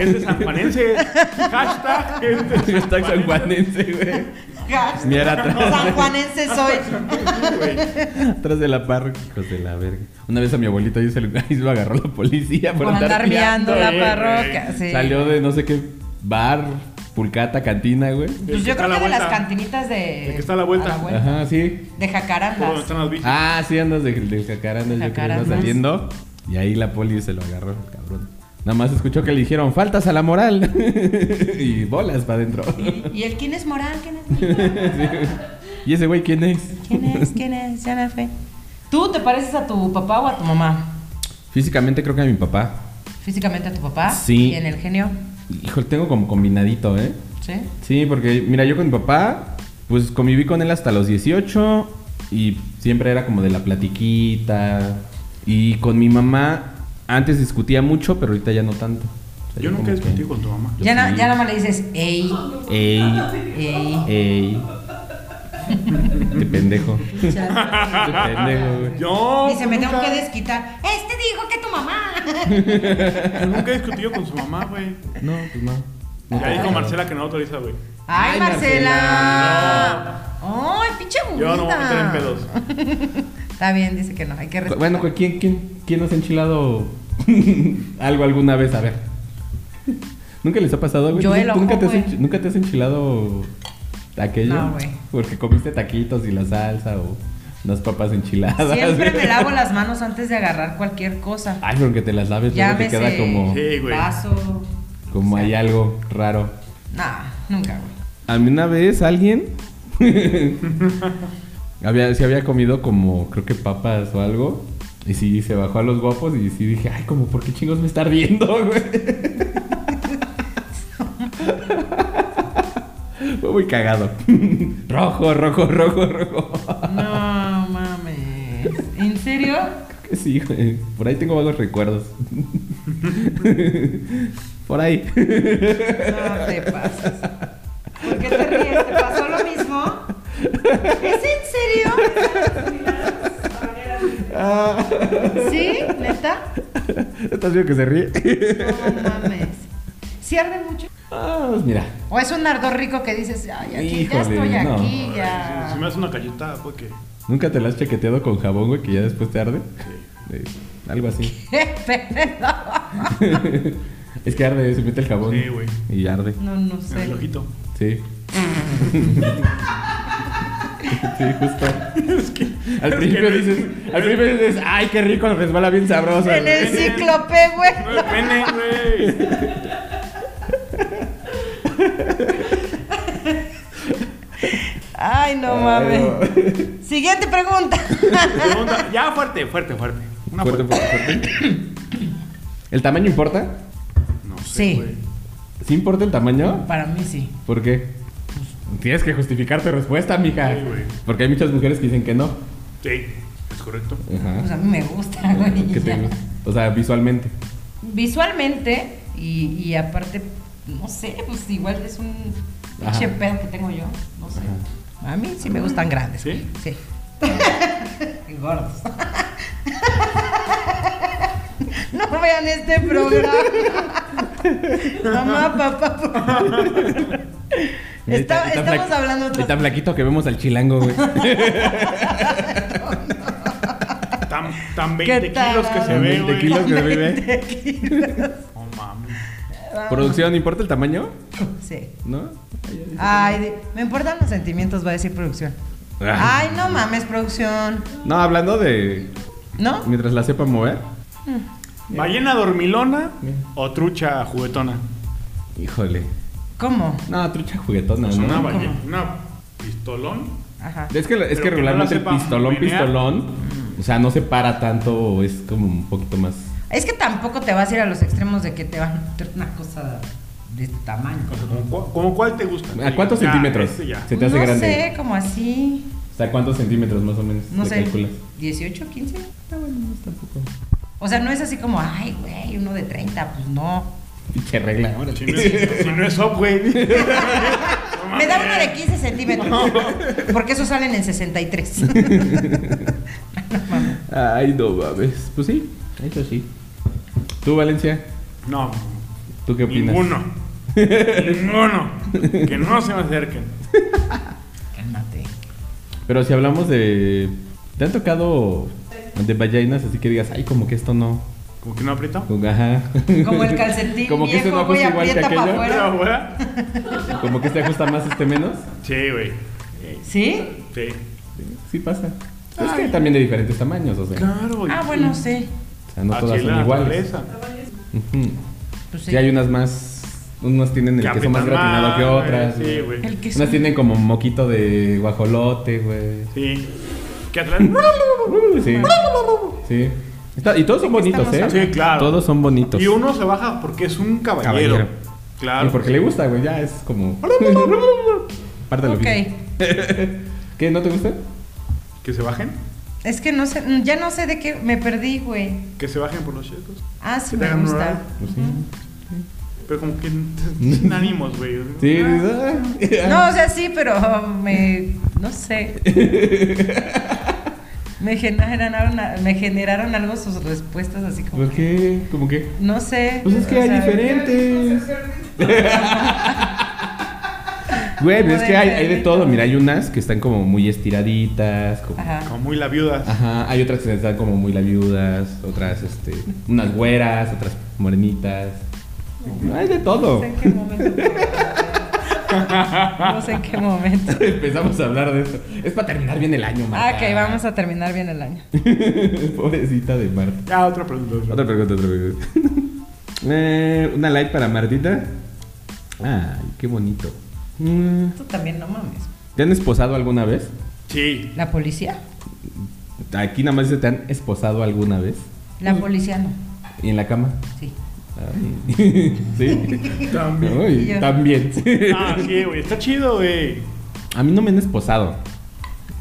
Es de San Juanense. Hashtag. es de Hashtag San Juanense, sanjuanense, güey. Gas. Mira atrás. Sanjuanense soy. güey. Atrás de la parroquia, hijos de la verga. Una vez a mi abuelito ahí se, le- ahí se lo agarró la policía por, Por andar miando la güey, parroquia. güey. Sí. Salió de no sé qué bar, pulcata, cantina, güey. Pues El que yo está a creo la que de las vuelta. cantinitas de. El que está a la vuelta. Ajá, sí. De Por donde jacarandas. están las bichas. Ah, sí, andas de, de jacarandas, yo creo que iba Jacarandas. saliendo. Y ahí la poli se lo agarró, el cabrón. Nada más escuchó que le dijeron, faltas a la moral. y bolas para adentro. ¿Y el quién es Morán? ¿Quién es Morán? Sí. ¿Y ese güey quién es? ¿Quién es? ¿Quién es? Ya me fue. ¿Tú te pareces a tu papá o a tu mamá? Físicamente creo que a mi papá. Físicamente a tu papá. Sí. Y en el genio. Híjole, tengo como combinadito, ¿eh? Sí. Sí, porque mira, yo con mi papá Pues conviví con él hasta los 18 y siempre era como de la platiquita. Y con mi mamá antes discutía mucho, pero ahorita ya no tanto. O sea, Yo nunca como que- discutí con tu mamá. Ya, na- ya nada más le dices, ey, Ey, ey. ey. Te pendejo. Te pendejo, güey. Yo. Y se me tengo nunca- que desquitar. Este dijo que tu mamá. Yo nunca he discutido con su mamá, güey. No, pues no. No Ya te- dijo Marcela que no autoriza, güey. Ay, Ay, Marcela. Ay, pinche burrita. Yo no me voy a meter en pedos. Está bien, dice que no, hay que respetar. Bueno, pues, ¿quién, quién, quién nos ha enchilado algo alguna vez? A ver. ¿Nunca les ha pasado, güey? Yo el ¿Tú nunca, ojo, te has güey. enchi- ¿Nunca te has enchilado aquello? No, güey. Porque comiste taquitos y la salsa o unas papas enchiladas. Siempre güey. me lavo las manos antes de agarrar cualquier cosa. Ay, pero aunque te las laves, luego te Llámese queda como, Sí, güey. vaso. como hay algo raro. Nah, nunca, güey. A mí una vez alguien había, se había comido como creo que papas o algo. Y sí, se bajó a los guapos y sí dije, ay, como por qué chingos me está riendo, güey. Fue muy cagado. rojo, rojo, rojo, rojo. No mames. ¿En serio? Creo que sí, güey. Por ahí tengo vagos recuerdos. por ahí. No te pases. ¿Por qué te ríes? ¿Te pasó lo mismo? ¿Es en serio? ¿Sí? ¿Neta? Ah, ¿Estás viendo que se ríe? No mames. ¿Sí arde mucho? Ah, pues mira. ¿O es un ardor rico que dices, ay, aquí ya Híjole, estoy no. aquí, ya? Si, si me hace una pues cachetada, porque. ¿Nunca te la has chaqueteado con jabón, güey, que ya después te arde? Eh, algo así. es que arde, se mete el jabón. Sí, güey. Y arde. No, no En el sé. ojito. Sí. sí, justo. Al principio dices, al principio dices, ay, qué rico, resbala bien sabroso. En el cíclope, güey. No es pene, güey. Ay, no mames. Siguiente pregunta. Pregunta- Ya fuerte, fuerte, fuerte. Una Fuerte, fuerte. fuerte, fuerte. ¿El tamaño importa? No sé, Sí. güey. ¿Sí importa el tamaño? Para mí sí. ¿Por qué? Tienes que justificar tu respuesta, mija. Sí, güey. Porque hay muchas mujeres que dicen que no. Sí, es correcto. Ajá. Pues a mí me gusta, güey. ¿Qué te ya. gusta? O sea, visualmente. Visualmente y, y aparte, no sé, pues igual es un Ajá. pinche pedo que tengo yo. No sé. A mí sí me gustan grandes. ¿Sí? Sí. Y gordos. No vean este programa. Mamá, papá, por favor. Está- Y tan estamos fla- hablando de y otras tan flaquito que vemos al chilango, güey. Tan, tan 20 kilos que se tarado. ve, 20 güey. kilos que se vive. 20 kilos. No mames. Ah. Producción, ¿importa el tamaño? Sí. ¿No? Ay, de- me importan los sentimientos, va a decir producción. Ah. Ay, no mames, producción. No, hablando de ¿No? mientras la sepa mover. ¿Ballena dormilona Bien. o trucha juguetona? Híjole. ¿Cómo? No, trucha juguetona, Es Pues una ¿no? ballena. Una pistolón. Ajá. Es que, Pero es que que no la regularmente el sepa pistolón, menear. Mm. pistolón, o sea, no se para tanto, o es como un poquito más. Es que tampoco te vas a ir a los extremos de que te van a meter una cosa de este tamaño. O sea, ¿como cua- ¿Como cuál te gusta? ¿A cuántos Ya, centímetros? este ya. Se te hace no grande. sé, como así. O sea, ¿cuántos centímetros más o menos? No le sé. calculas? ¿18, 15? Ah, bueno, no es tampoco. O sea, no es así como, ay, güey, uno de 30, pues no. Pinche regla. Si no es, si no es up, güey. No Me da mames. uno de 15 centímetros. Porque esos salen en 63. no mames. Ay, no mames. Pues sí, eso sí. ¿Tú, Valencia? No. ¿Tú qué opinas? Ninguno. Ninguno. Que no se me acerquen. Cálmate. Pero si hablamos de. ¿Te han tocado de ballenas así que digas, ay, como que esto no? ¿Como que no aprieto? Como- Ajá. Como el calcetín Como que esto viejo, no güey, ajusta igual que aprieta pa' aquello. afuera. ¿Pero afuera? Como que este ajusta más, este menos. Sí, güey. ¿Sí? Sí. Sí pasa. Es que hay también de diferentes tamaños, o sea. Claro, güey. Ah, bueno, sí. O sea, no Así todas es Ah, la son iguales. naturaleza. Ujú. Pues sí. Sí, hay unas más. Unas tienen el Que queso más aprietan gratinado más, que otras. güey. Sí, güey. El queso. Unas tienen como moquito de guajolote, güey. Sí. Que atrás. Uh, sí. Sí. Está- y todos son bonitos, ¿eh? estamos Sí, claro. Todos son bonitos. Y uno se baja porque es un caballero. Caballero. Claro. Y porque le gusta, güey, ya es como. Parte del Ok. oficio. ¿Qué? ¿No te gusta? ¿Que se bajen? Es que no sé, ya no sé de qué me perdí, güey. ¿Que se bajen por los chetos? Ah, sí Que te me hagan un gusta. horario. Pues sí. Pero como que sin ánimos, güey. Sí, Ah, dices, No, o sea, sí, pero me. No sé. Me generaron, me generaron algo sus respuestas así ah, como. Pues ¿Por qué? ¿Cómo qué? No sé. Pues es que o hay sea, diferentes. Güey, pero es que hay, hay de todo. Mira, hay unas que están como muy estiraditas. Como... Ajá. Ajá. Ah, Como muy la viuda. Hay otras que están como muy labiudas. Otras, este. Unas güeras, otras morenitas. Hay de No todo. sé en qué momento. No sé en qué momento. Empezamos a hablar de eso. Es para terminar bien el año, Ah, Marta. ok, vamos a terminar bien el año. Pobrecita de Marta. Ya, otra pregunta. otra Otra pregunta, otra pregunta. Eh, una like para Martita. Ay, qué bonito. Mm, Tú también no mames. ¿Te han esposado alguna vez? Sí. ¿La policía? Aquí nada más dice, ¿te han esposado alguna vez? La policía no. ¿Y en la cama? Sí. Ay, sí. También. Ay, Yo. también. Ah, sí, güey. Está chido, güey. A mí no me han esposado.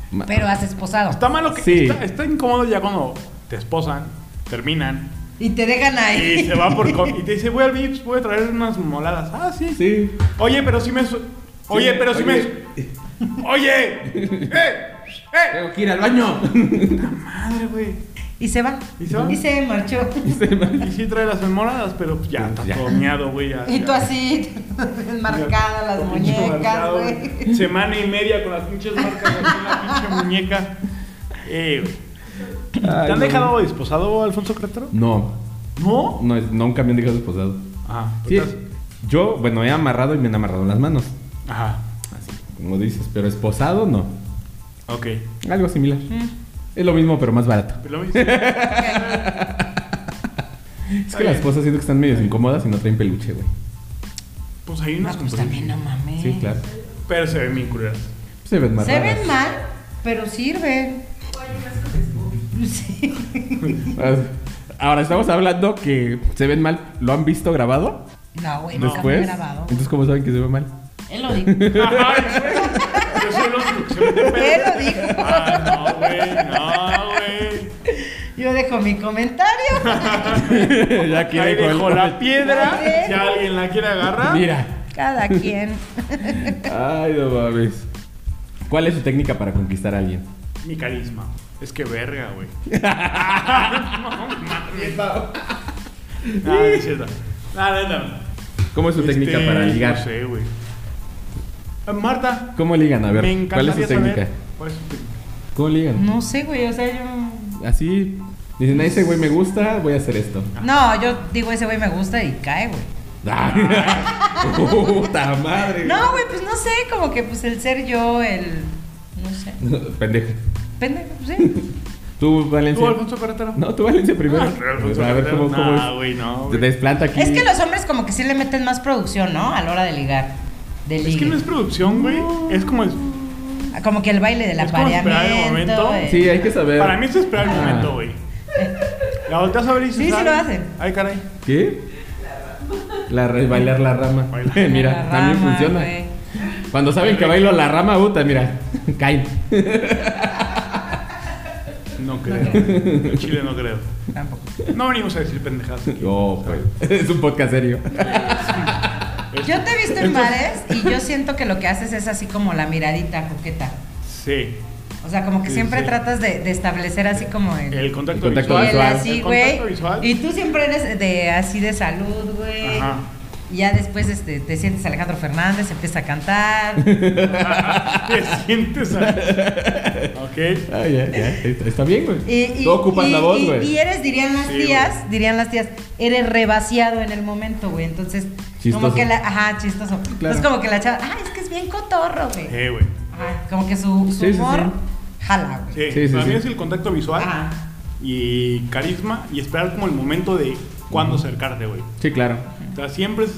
Ma- Pero has esposado. Está malo que. Sí. Está, está incómodo ya cuando te esposan, terminan. Y te dejan Y ahí. se va por. co- Y te dice, voy al Vips, voy a traer unas moladas. Ah, sí. Sí. Oye, pero sí me. su- Oye, pero sí me. Oye. su- Oye. ¡Eh! ¡Eh! Tengo que ir al baño. Madre, güey. Y se va. ¿Y se va? Y se marchó. Y sí trae las moladas, pero pues ya está Ya. todo miado, güey. ya- Y ya. tú así, enmarcada las Con pinche muñecas, marcado, güey. Semana y media con las pinches marcas aquí en la pinche muñeca. Eh, güey. Ay, ¿Te han no. dejado desposado, Alfonso Cretaro? No, No. no, es- nunca me han dejado esposado. Ah, Sí, pues estás- yo, bueno, he amarrado y me han amarrado las manos. Ajá. Así, como dices, pero esposado no. Ok. Algo similar. Mm. Es lo mismo, pero más barato. Pero lo mismo. Es que las esposas siento que están medio incómodas y no traen peluche, güey. Pues hay unas No, pues también no mames. Eh. Sí, claro. Pues Pero se ven bien culeras. Se ven más Se ven raras. mal, pero sirven. Sí. Ah, Ahora estamos hablando que se ven mal. ¿Lo han visto grabado? No, güey, nunca me he Después. grabado. Entonces, ¿cómo saben que se ve mal? Él lo dijo. Ay, güey. Yo soy los que se meten pedo. Él lo dijo. Ah, no, güey. No, güey. Yo dejo mi comentario. ya aquí Ahí dejó el- dejó la piedra. Si alguien la quiere agarrar. Mira. Cada quien. Ay, no mames. ¿Cuál es su técnica para conquistar a alguien? Mi carisma. Es que verga, güey. Nada, Ah, es cierto. Ah, Nada, nada. ¿Cómo es su técnica para Este, ligar? Ah, No sé, güey. Eh, Marta, ¿Cómo ligan? A ver, me encantaría ¿cuál es su saber técnica? ¿Cuál es su técnica? ¿Cómo ligan? No sé, güey, o sea, yo. Así. Dicen, a ese güey me gusta, voy a hacer esto. No, yo digo, ese güey me gusta y cae, güey. Ah. Puta madre. No, güey, pues no sé, como que pues el ser yo, el. No sé. Pendejo. Pendejo, pues, sí. Tú, Valencia. ¿Tú, Alfonso Carretero? No, tú, Valencia primero. Ah, claro, Alfonso a ver Carretero. cómo, cómo Nah, es. güey, no, Te güey. desplanta aquí. Es que los hombres como que sí le meten más producción, ¿no? A la hora de ligar. De Es que ligue. Ah, no es producción, güey. Es como. es- Como que el baile del Es como esperar el apareamiento. momento. eh. Sí, hay que saber. Para mí es esperar el Ah. momento, güey. La volteas a ver y dices, Sí, sí "Ay, lo hacen. Ay, caray. ¿Qué? La ra- bailar la rama. Bailar. mira, La también rama, funciona. güey. Cuando saben que bailo la rama, puta, mira, caen. No creo. En Chile no creo. Tampoco. No venimos a decir pendejadas. aquí. No, pues. Es un podcast serio. Yo te he visto en bares y yo siento que lo que haces es así como la miradita coqueta. Sí. O sea, como que Sí, siempre sí. tratas de, de establecer así como el. El contacto, El contacto el visual. visual. así, El contacto güey. visual. Y tú siempre eres de así de salud, güey. Ajá. Y ya después este, te sientes Alejandro Fernández, empieza a cantar. Te sientes a... Ok. Ah, ya, ya. Eh. Está está bien, güey. Y, y- Tú ocupas y- la voz, y- güey. Y eres, dirían las Sí, tías, dirían las tías, eres rebaciado en el momento, güey. Entonces, Chistoso. como que la, ajá, chistoso. Entonces, como que la chava, ah, es que es bien cotorro, güey. Eh, güey. Ajá, Como que su, su Sí, sí, sí. humor jala, güey. Sí, Sí, sí, para mí sí. es el contacto visual Ajá. y carisma y esperar como el momento de cuándo acercarte, güey. Sí, claro. O sea, siempre es,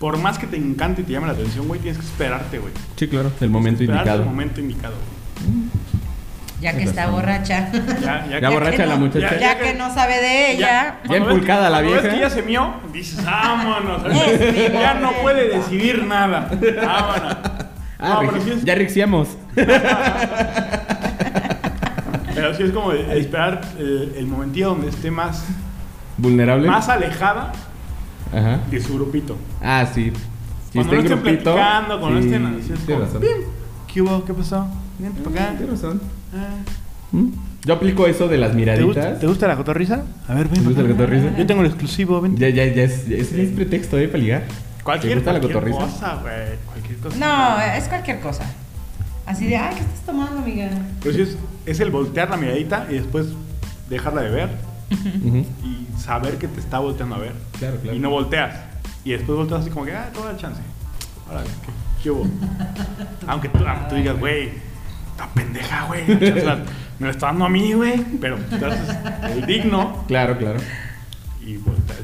por más que te encante y te llame la atención, güey, tienes que esperarte, güey. Sí, claro. El momento Esperar indicado. el momento indicado. güey. Ya que Tienes está razón. borracha. Ya, ya, Ya que- borracha que la no- muchacha. Ya, que no sabe de ella. Ya empulcada la Una vez vieja. que ya se mió, dices, vámonos. Es eh. mi ya no momento. puede decidir nada. Vámonos. Ah, Ah, pero regi- sí es- ya rixiamos. Pero sí es como de- de esperar eh, el, el momentillo donde esté más, Vulnerable. más alejada Ajá. de su grupito. Ah, sí. cuando no está en estén grupito, platicando, cuando sí, no estén así, es tienes como, razón. "Bien, ¿Qué hubo? ¿Qué pasó? Ven Mm, para acá. tienes razón. Ah, Mm. Yo aplico eso de las ¿Te gusta, miraditas. ¿Te gusta la cotorriza? A ver, ven. ¿Te gusta para la acá. cotorriza? Yo tengo el exclusivo, ven. Ya, ya, ya es, ya es, ya es pretexto, eh, para ligar. ¿Te Cualquier, gusta la cualquier cotorriza? cosa, güey. Cualquier cosa. No, es cualquier cosa. Así de, ay, ¿qué estás tomando, amiga? Pero sí es, es el voltear la miradita y después dejarla de ver Ujú. y saber que te está volteando a ver. Claro, claro. Y no volteas. Y después volteas así como que, ah, toda la chance. Ahora, ¿qué, qué hubo? Aunque tú, aunque tú digas, güey, esta pendeja, güey. la chance la- Me lo está dando a mí, güey. Pero te haces el digno Claro, claro. y volteas.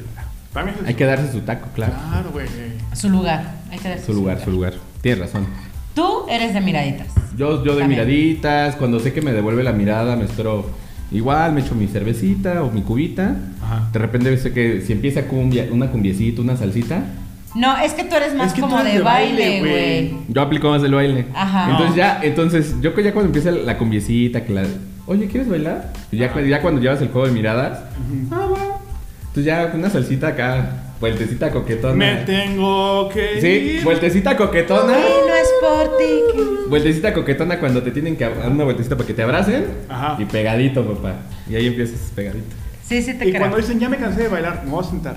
También es- Hay que darse su taco, claro. Claro, güey. Su lugar. Hay que darse Su lugar, su lugar. Tienes razón. Tú eres de miraditas. Yo, yo de También. miraditas, cuando sé que me devuelve la mirada, me espero igual, me echo mi cervecita o mi cubita. Ajá. De repente sé que si empieza cumbia, una cumbiecita, una salsita, No, es que tú eres más Es que tú como eres de de baile, baile, güey. yo aplico más el baile. Ajá. Entonces No. ya, entonces yo que ya cuando empieza la cumbiecita, que la, oye, ¿quieres bailar? Y ya, Ajá. ya cuando llevas el juego de miradas, ah, va. Entonces ya una salsita acá, vueltecita coquetona. Me tengo que Sí, ir. vueltecita coquetona. Ay, ¿Eh? no es por ti. que- Vueltecita coquetona cuando te tienen que ab- dar una vueltecita para que te abracen. Ajá. Y pegadito, papá. Y ahí empiezas pegadito. Sí, sí te Y cuando creo. dicen, ya me cansé de bailar, me voy a sentar.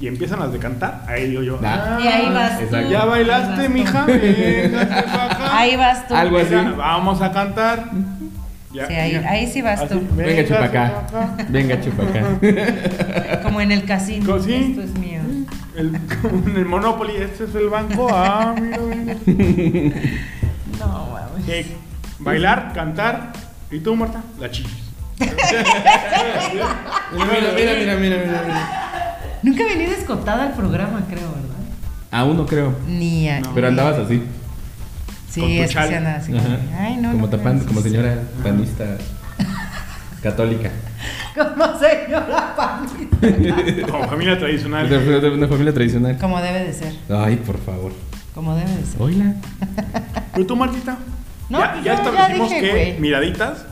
Y empiezan las de cantar, ahí digo yo. Ah. Y ahí vas tú. Exacto. Ya bailaste, mija. véngate pa' acá. Ahí vas tú. Algo así. Venga, Vamos a cantar. Ya, Sí, ahí- venga. ahí sí vas tú. Venga, chupa chupacá. acá. Venga, chupa acá. Como en el casino. Co- sí. Esto es mío. El, como en el Monopoly, este es el banco. Ah, mira, mira. No, mames. Eh, bailar, cantar. ¿Y tú, Marta? La chichis. Mira, mira, mira, mira, mira, mira. Nunca venía descotada al programa, creo, ¿verdad? Aún no creo. Ni a- Pero andabas así. con tu Sí, es que chal. se anda así. Ajá. Ay, no. como no tapando, puedes. como señora panista católica. Como señora Pani. Como familia De, tradicional. de- de una familia tradicional. Como debe de ser. Ay, por favor. Como debe de ser. Hola. ¿Pero tú, Martita? No, ya, yo ya ya establecimos dije, que güey. miraditas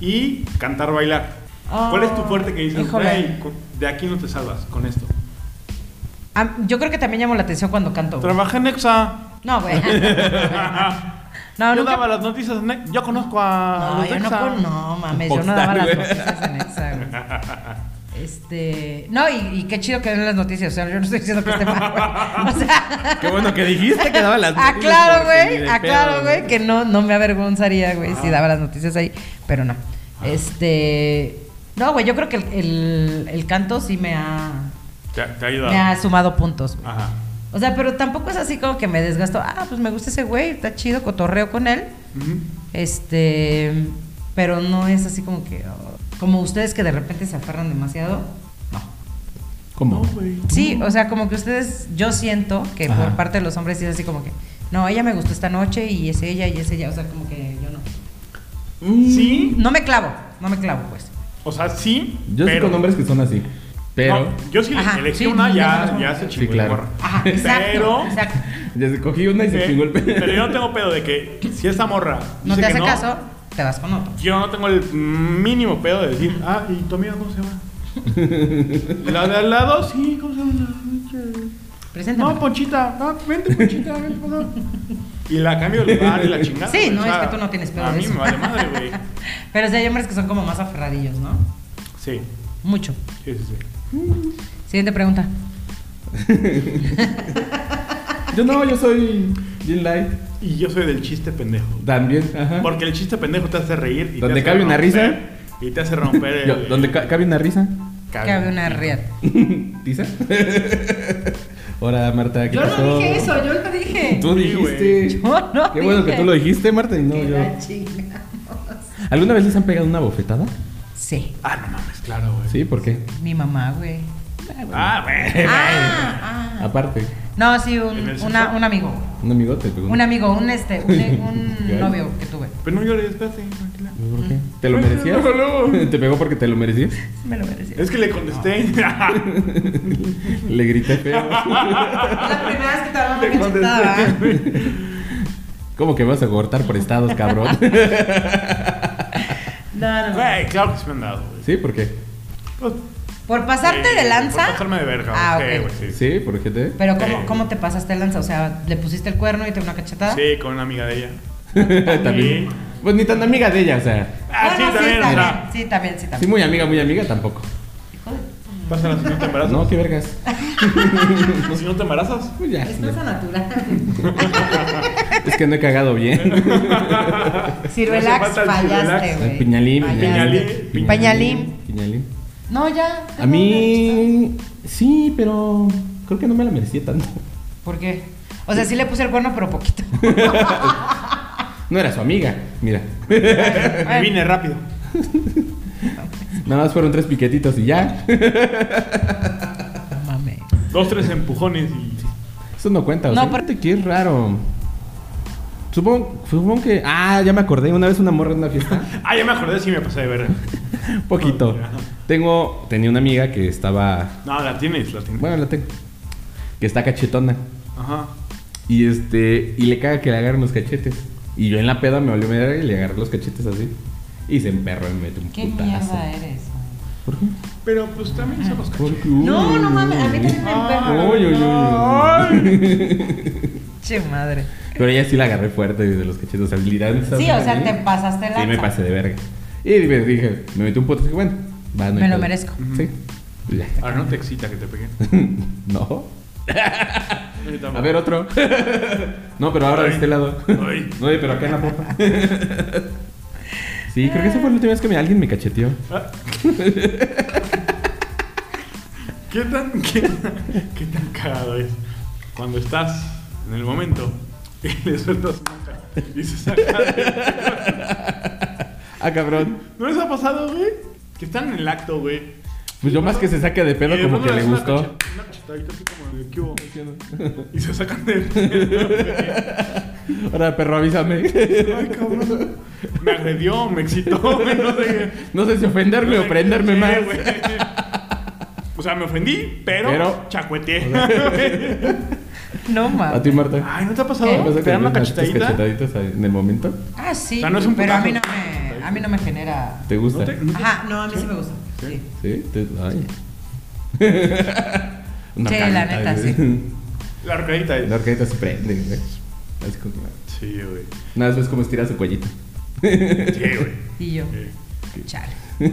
y cantar, bailar. Ah, ¿Cuál es tu fuerte que dices? híjole. "Güey, con- De aquí no te salvas con esto. Ah, yo creo que también llamo la atención cuando canto. güey. Trabajé en Exa. No, güey. yo No, Ah, nunca. daba las noticias en Exa. Yo conozco a. No, los de yo no, Exa. con- no mames, yo no Popstar, daba las güey. noticias en Exa, güey. Este. No, y, y qué chido que den las noticias. O sea, yo no estoy diciendo que esté mal, güey. O sea. Qué bueno que dijiste que daba las noticias, Aclaro, porque ni güey. de Aclaro, pedo, Ah. güey, que no, no me avergonzaría, güey, si daba las noticias ahí. Pero no. Este. No, güey, yo creo que el, el- el canto sí me ha. Te, te ha Me ha ayudado. sumado puntos, güey. Ajá. O sea, pero tampoco es así como que me desgasto. Ah, pues me gusta ese güey, está chido, cotorreo con él. Ujú. Este, pero no es así como que oh, como ustedes que de repente se aferran demasiado. ¿Cómo? pues, Sí, o sea, como que ustedes yo siento que Ajá. por parte de los hombres sí es así como que no, ella me gustó esta noche y es ella y es ella, o sea, como que yo no. Sí. No me clavo, no me clavo pues. O sea, sí. Yo sé pero, con hombres que son así. Pero. No, yo sí Ajá, elegí sí, una, ya ya, sabes. ya se Sí, chingó claro. el gorro. Ajá, exacto. Pero- exacto. Ya se cogí una y se chingó el Eh, pelo. Pero yo no tengo pedo de que si esta morra. No dice te que hace caso, te vas con otro. Yo no tengo el mínimo pedo de decir, ah, ¿y tu amiga cómo se llama? La de al lado, sí, ¿cómo se llama? Preséntame. No, pues. Ponchita, no, vente, Ponchita, vente, pasa. Y la cambio de lugar y la chingada. Sí, güey, no, o es sea, que tú no tienes pedo A de mí eso. me vale madre, güey. pero sí hay hombres que son como más aferradillos, ¿no? Sí, Mucho. sí, sí, sí. Siguiente pregunta. Yo no, yo soy Jim Light. Y yo soy del chiste pendejo. También. Ajá. Porque el chiste pendejo te hace reír. Y te Donde hace cabe una romper, risa. Y te hace romper el. Yo, ¿Dónde ca- cabe una risa? Que había una red. ¿Tiza? Hola, Marta, ¿qué Yo pasó? no dije eso, yo lo dije. Tú Sí, dijiste. Yo no Qué bueno que dije. tú lo dijiste, Marta, y no Que yo. la chinga. ¿Alguna vez les han pegado una bofetada? Sí, Ah, no mames, claro, güey. Sí, ¿por qué? mi mamá, güey. Ah, güey. Ah, ah. Aparte, No, sí, un, ¿En el una- sexo? un amigo. un amigo te pegó. Un amigo, un este, un, un Ok. novio que tuve. Pero no llores, espérate, tranquila. ¿Por qué? Mm. ¿Te lo merecías? ¿Te pegó porque te lo merecías? Me lo merecía. Es que le contesté. Le grité feo. La primera vez que te daba una Te cachetada. ¿verdad? ¿Cómo que vas a cortar prestados, cabrón? No, no, no. Güey, claro que sí me han dado, güey. ¿Sí? ¿Por qué? Pues, Por pasarte sí, de lanza. por Pasarme de verga. Ah, sí, ok. güey, sí. ¿Sí? ¿Por qué te...? Pero ¿cómo, Sí. ¿cómo te pasaste de lanza? O sea, ¿le pusiste el cuerno y te dio una cachetada? Sí, con una amiga de ella. también. Pues ni tan amiga de ella, o sea. Ah, Bueno, sí, también, o sea. Sí, también, sí, Sí, también. muy amiga, muy amiga tampoco. Pásala si no te embarazas. No, qué vergas. No, si no te embarazas. Pues ya. Es cosa natural. Es que no he cagado bien. Sirvelax, No hace falta el fallaste, Sirvelax. güey. Piñalín, Fallaste. Piñalín. Piñalín. Piñalín. No, ya. A mí. Sí, pero. Creo que no me la merecía tanto. ¿Por qué? O sea, sí le puse el cuerno, pero poquito. No era su amiga. Mira. Me vine rápido. Nada más fueron tres piquetitos y ya. No mames. Dos, tres empujones y. Eso no cuenta. O No, sea, pero- fíjate que es raro. Supongo, supongo que. Ah, ya me acordé. Una vez una morra en una fiesta. Ah, ya me acordé si me pasé de verga. Poquito. Ajá. Tengo. Tenía una amiga que estaba. No, la tienes, la tienes. Bueno, la tengo. Que está cachetona. Ajá. Y este. Y le caga que le agarren los cachetes. Y yo en la peda me volvió a mirar y le agarré los cachetes así. Y se emperró y me metió un ¿Qué putazo. mierda eh. eres? güey? ¿Por qué? Pero pues también se los caché. Porque- No, no mames, a mí uy, también me emperra. Uy, uy, uy, uy. Che madre. Pero ella sí la agarré fuerte de los cachetes. O sea, literal, Sí, o sea, ahí. te pasaste la. Sí, me pasé de verga. Y me dije, me metí un putazo. Dije, bueno, va, no hay Me lo pedo. merezco. Sí. Y ya. Ahora no te excita que te peguen. No. A ver, otro. No, pero ahora de Ay. este lado. Ay. Oye, pero acá en la popa. Sí, creo que esa fue la última vez que me- alguien me cacheteó. Ah. ¿Qué tan, qué, qué tan cagado es cuando estás en el momento y le sueltas una cara y se saca? Ah, cabrón. ¿No les ha pasado, güey? Que están en el acto, güey. Pues yo más que se saque de pedo Y de como pronto que le das una gustó. cacha- Una cachetadita así como de, "¿Qué hubo?" Y se sacan de pedo, Ahora, perro, avísame. güey. Ay, cabrón. Me agredió, me excitó, güey, no sé qué. No sé si ofenderme o prenderme Sí, más. güey. O sea, me ofendí, pero, Pero- chacueteé. No A mames. ti, Marta. Ay, ¿no te ha ¿Te pasado? pasa ¿Eh? ¿Te que dan una tus cachetadita? cachetaditas en el momento? Ah, sí. O sea, no es un pero a mí no putazo. me, a mí no me genera. ¿Te gusta? ¿No te- no te- Ajá, no, a mí sí me gusta. Sí. Sí, te... Ay. Sí, la carnita, neta, güey. La arcadita es. La arcadita se prende, güey. Así como... Sí, güey. Nada más ves cómo estira su cuellito. Sí, güey. Eh, Y yo. Sí. Chale.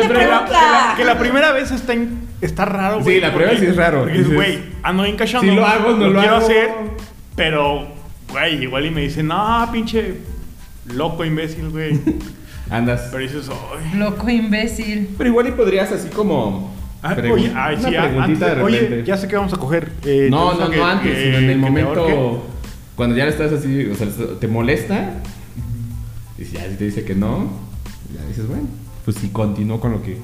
Siguiente Que la, que la- pregunta. que la primera vez está, en- está raro, güey. Sí, la primera porque- sí es raro. Porque es, Dices, güey, ando bien cachando. si lo hago, no lo quiero hago. hacer, pero, güey, igual y me dicen, no, pinche loco imbécil, güey. Andas. Pero dices, ay. Loco imbécil. Pero igual y podrías así como... Ah, pregun- oye, ay, una sí, ah, antes preguntita de- de repente. oye, ya sé que vamos a coger. eh, No, ¿te no, gusta no que- antes, que- sino en que el te ahorque? momento cuando ya estás así, o sea, te molesta y si ya si te dice que no, ya dices, bueno, pues sí continúo con lo que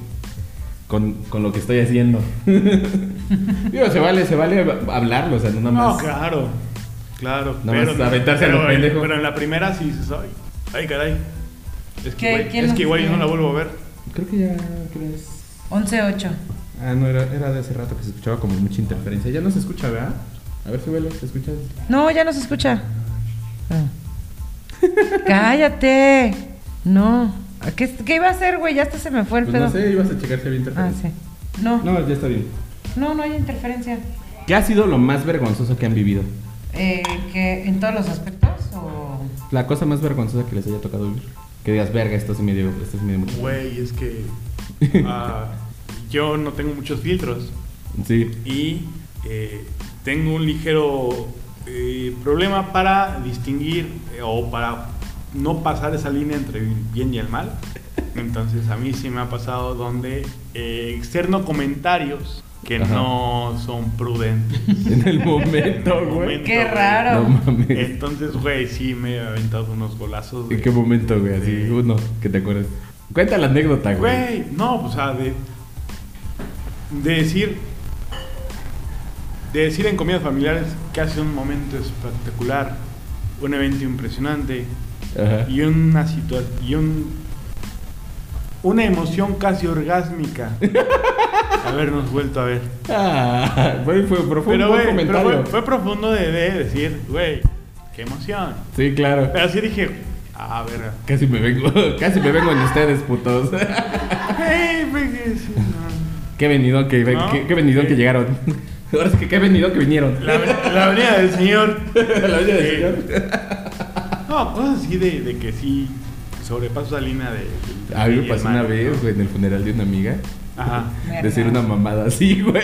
con, con lo que estoy haciendo. Digo, se vale, se vale hablarlo, o sea, no nada No, más. claro. Claro. Nada más aventarse a pero, eh, lo pendejo. Pero en la primera sí dices, ay, ay, caray. Es ¿Qué? que, igual- ¿Quién es lo que igual yo escribió? no la vuelvo a ver. Creo que ya creo es- 11-8. Ah, no, era, era de hace rato que se escuchaba como mucha interferencia. Ya no se escucha, ¿verdad? A ver si vuelve, se escucha. No, ya no se escucha. Ah. Cállate. No. ¿Qué, qué iba a hacer, güey? Ya hasta se me fue el Pues pedo. no sé, ibas a checar si había Ah, interferencia. sí. No, no, No, ya está bien. no, hay interferencia. ¿Qué ha sido lo más vergonzoso que han vivido? Eh, ¿que ¿En todos los aspectos? O... La cosa más vergonzosa que les haya tocado vivir. Que digas, verga, esto sí me dio, esto sí me dio mucho. Güey, es que ah, yo no tengo muchos filtros Sí. y eh, tengo un ligero eh, problema para distinguir eh, o para no pasar esa línea entre el bien y el mal. Entonces a mí sí me ha pasado donde eh, externo comentarios que Ajá. no son prudentes. En el En el momento, güey. momento, Qué raro. No mames. Entonces, güey, sí me he aventado unos golazos. de- ¿En qué momento, güey? Así, Sí. uno, que te acuerdes. Cuenta la anécdota, güey. Güey, no, pues, o sea, de, de decir. De decir en comidas familiares que hace un momento espectacular, un evento impresionante Ajá. y una situación. Y un, una emoción casi orgásmica. habernos vuelto a ver. Ah, güey, fue, pero fue Pero, un buen güey, pero comentario. fue, fue profundo de, de decir, güey, qué emoción. Sí, claro. Pero sí dije, ah, verga. Casi me vengo, casi me vengo en ustedes, putos. Hey, pues, Qué venido que, ¿No? eh. qué, qué venido que llegaron. Ahora sí que qué venido que vinieron. la, la venida del señor. Eh, La olla del Sí. señor. No, cosas así de, de que sí sobrepaso esa línea de. de- A mí me y pasó el una mal, vez, ¿no? güey, en el funeral de una amiga. Ajá. Decir una mamada así, güey.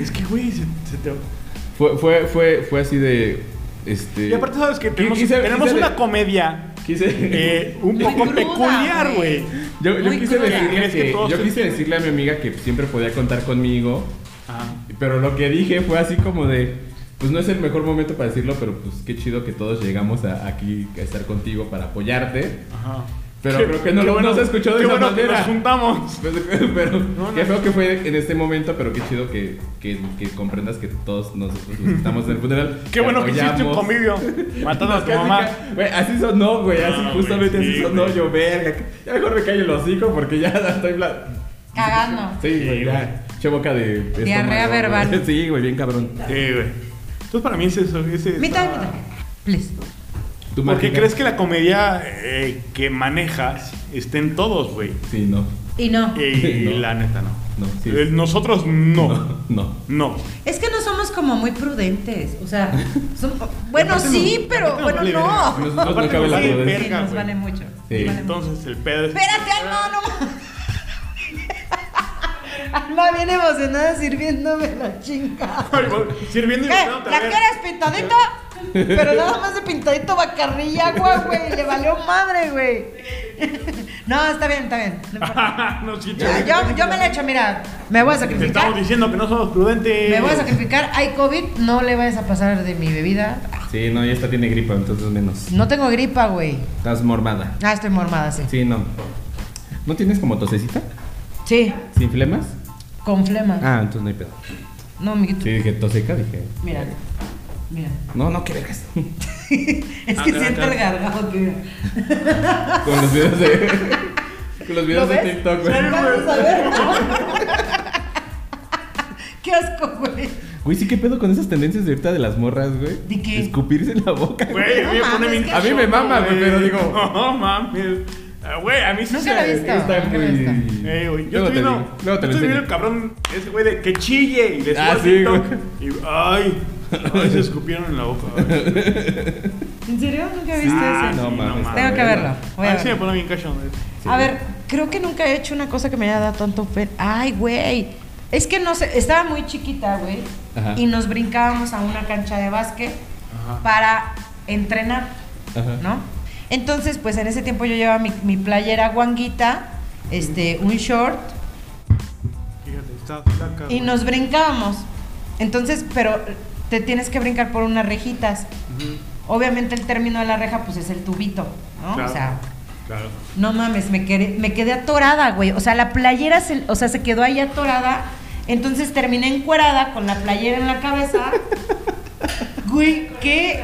Es que, güey, se, se te. Fue, fue, fue, fue así de. Este. Y aparte, sabes que Qui- tenemos, quise- tenemos quise una de- comedia quise- eh, un Muy poco cruda, peculiar, güey. güey. Yo, yo Muy quise cruda. decirle ¿Crees que que- todos yo se- quise decirle a mi amiga que siempre podía contar conmigo. Ajá. Pero lo que dije fue así como de, pues no es el mejor momento para decirlo, pero pues qué chido que todos llegamos a- aquí a estar contigo para apoyarte. Ajá. Pero Qué- creo que no qué lo bueno- no se escuchó de qué esa bueno que manera. nos juntamos. Pues, pero No, qué no. feo que fue en este momento, pero qué chido que, que, que comprendas que todos nosotros nos estamos en el funeral. Qué te bueno que hiciste un apoyamos. convivio. Matando a tu Casi, mamá. ca- Güey, así sonó, güey, así No, Ah, güey, justamente sí, así sonó güey. yo, verga. Ya mejor me callo el hocico porque ya estoy bla- Cagando. Sí, güey, Sí, ya. Che boca de. Diarrea estómago, verbal. güey. Sí, güey, bien cabrón. Sí, Eh, güey. Entonces, para mí es eso. Ese Mitad, estaba- mitad. Please. ¿Tú Porque mágica? crees que la comedia eh, que manejas esté en todos, güey. Sí, no. Y no. Eh. Y No. la neta, no. No, sí. Eh, Nosotros no. No. no. No. Es que no somos como muy prudentes. O sea, som- bueno, aparte sí, nos- pero aparte nos bueno, vale no. verga. Nosotros no Aparte cabe nos la vale duda. Sí, verga, nos güey. vale mucho. nos Sí. vale mucho. Entonces el pedo es. Espérate, Alma, no ma- Alma bien emocionada sirviéndome la chinga. Ay, güey, Sirviendo ¿Qué? y volteándote a ¿La ver. quieres pintadita? Pero nada más de pintadito bacarrilla, agua, güey. Le valió madre, güey. No, está bien, está bien. no importa. no, sí, Ya, te- yo, yo me la echo, mira. Me voy a Te estamos sacrificar. diciendo que no somos prudentes. Me voy a sacrificar. Hay COVID, no le vayas a pasar de mi bebida. Sí, no, ya esta tiene gripa, entonces menos. No tengo gripa, güey. Estás mormada. Ah, estoy mormada, sí. Sí, no. ¿No tienes como tosecita? Sí, ¿Sin flemas? con flema. Ah, entonces no hay pedo. No, amiguito. Sí, dije toseca, dije. Mira, mira. No, no, qué vergas. Es Ah, que siento el gargajo que mira. Con los videos de. Con los videos de ves? TikTok, güey. Vamos a ver. Qué asco, güey. Güey, sí, qué pedo con esas tendencias de ahorita de las morras, güey. ¿De qué? Escupirse en la boca. Güey, No a mí me mames, pone bien qué A mí me choco, mama, güey, pero digo- No mames. Ah, Güey, a mí sí Nunca la he visto. Está Nunca lo he visto. muy. Ey, güey, yo estoy Luego te viendo, digo, Luego te yo lo estoy viendo enseño. el cabrón, ese güey de que chille y le Ah, subo al sí, TikTok güey. y ay, ay, se escupieron en la boca. güey. ¿En serio? ¿Nunca viste Ah, ese? no sí, no mames. mames. Tengo que verlo. Voy a, A mí sí me verlo. pone bien eh. cachón. Ah, pues, Sí. A ver, creo que nunca he hecho una cosa que me haya dado tanto pena. Ay, güey. Es que no sé, estaba muy chiquita, güey. Ajá. Y nos brincábamos a una cancha de básquet Ajá. para entrenar. Ajá. ¿no? Entonces, pues en ese tiempo yo llevaba mi, mi playera guanguita, este, un short, Fíjate, está flaca. y güey. nos brincábamos. Entonces, pero te tienes que brincar por unas rejitas. Ujú, Obviamente el término de la reja, pues es el tubito, ¿no? Claro. O sea, Claro. no mames, me quedé, me quedé atorada, güey. O sea, la playera, se, o sea, se quedó ahí atorada. Entonces terminé encuerada con la playera en la cabeza. güey, qué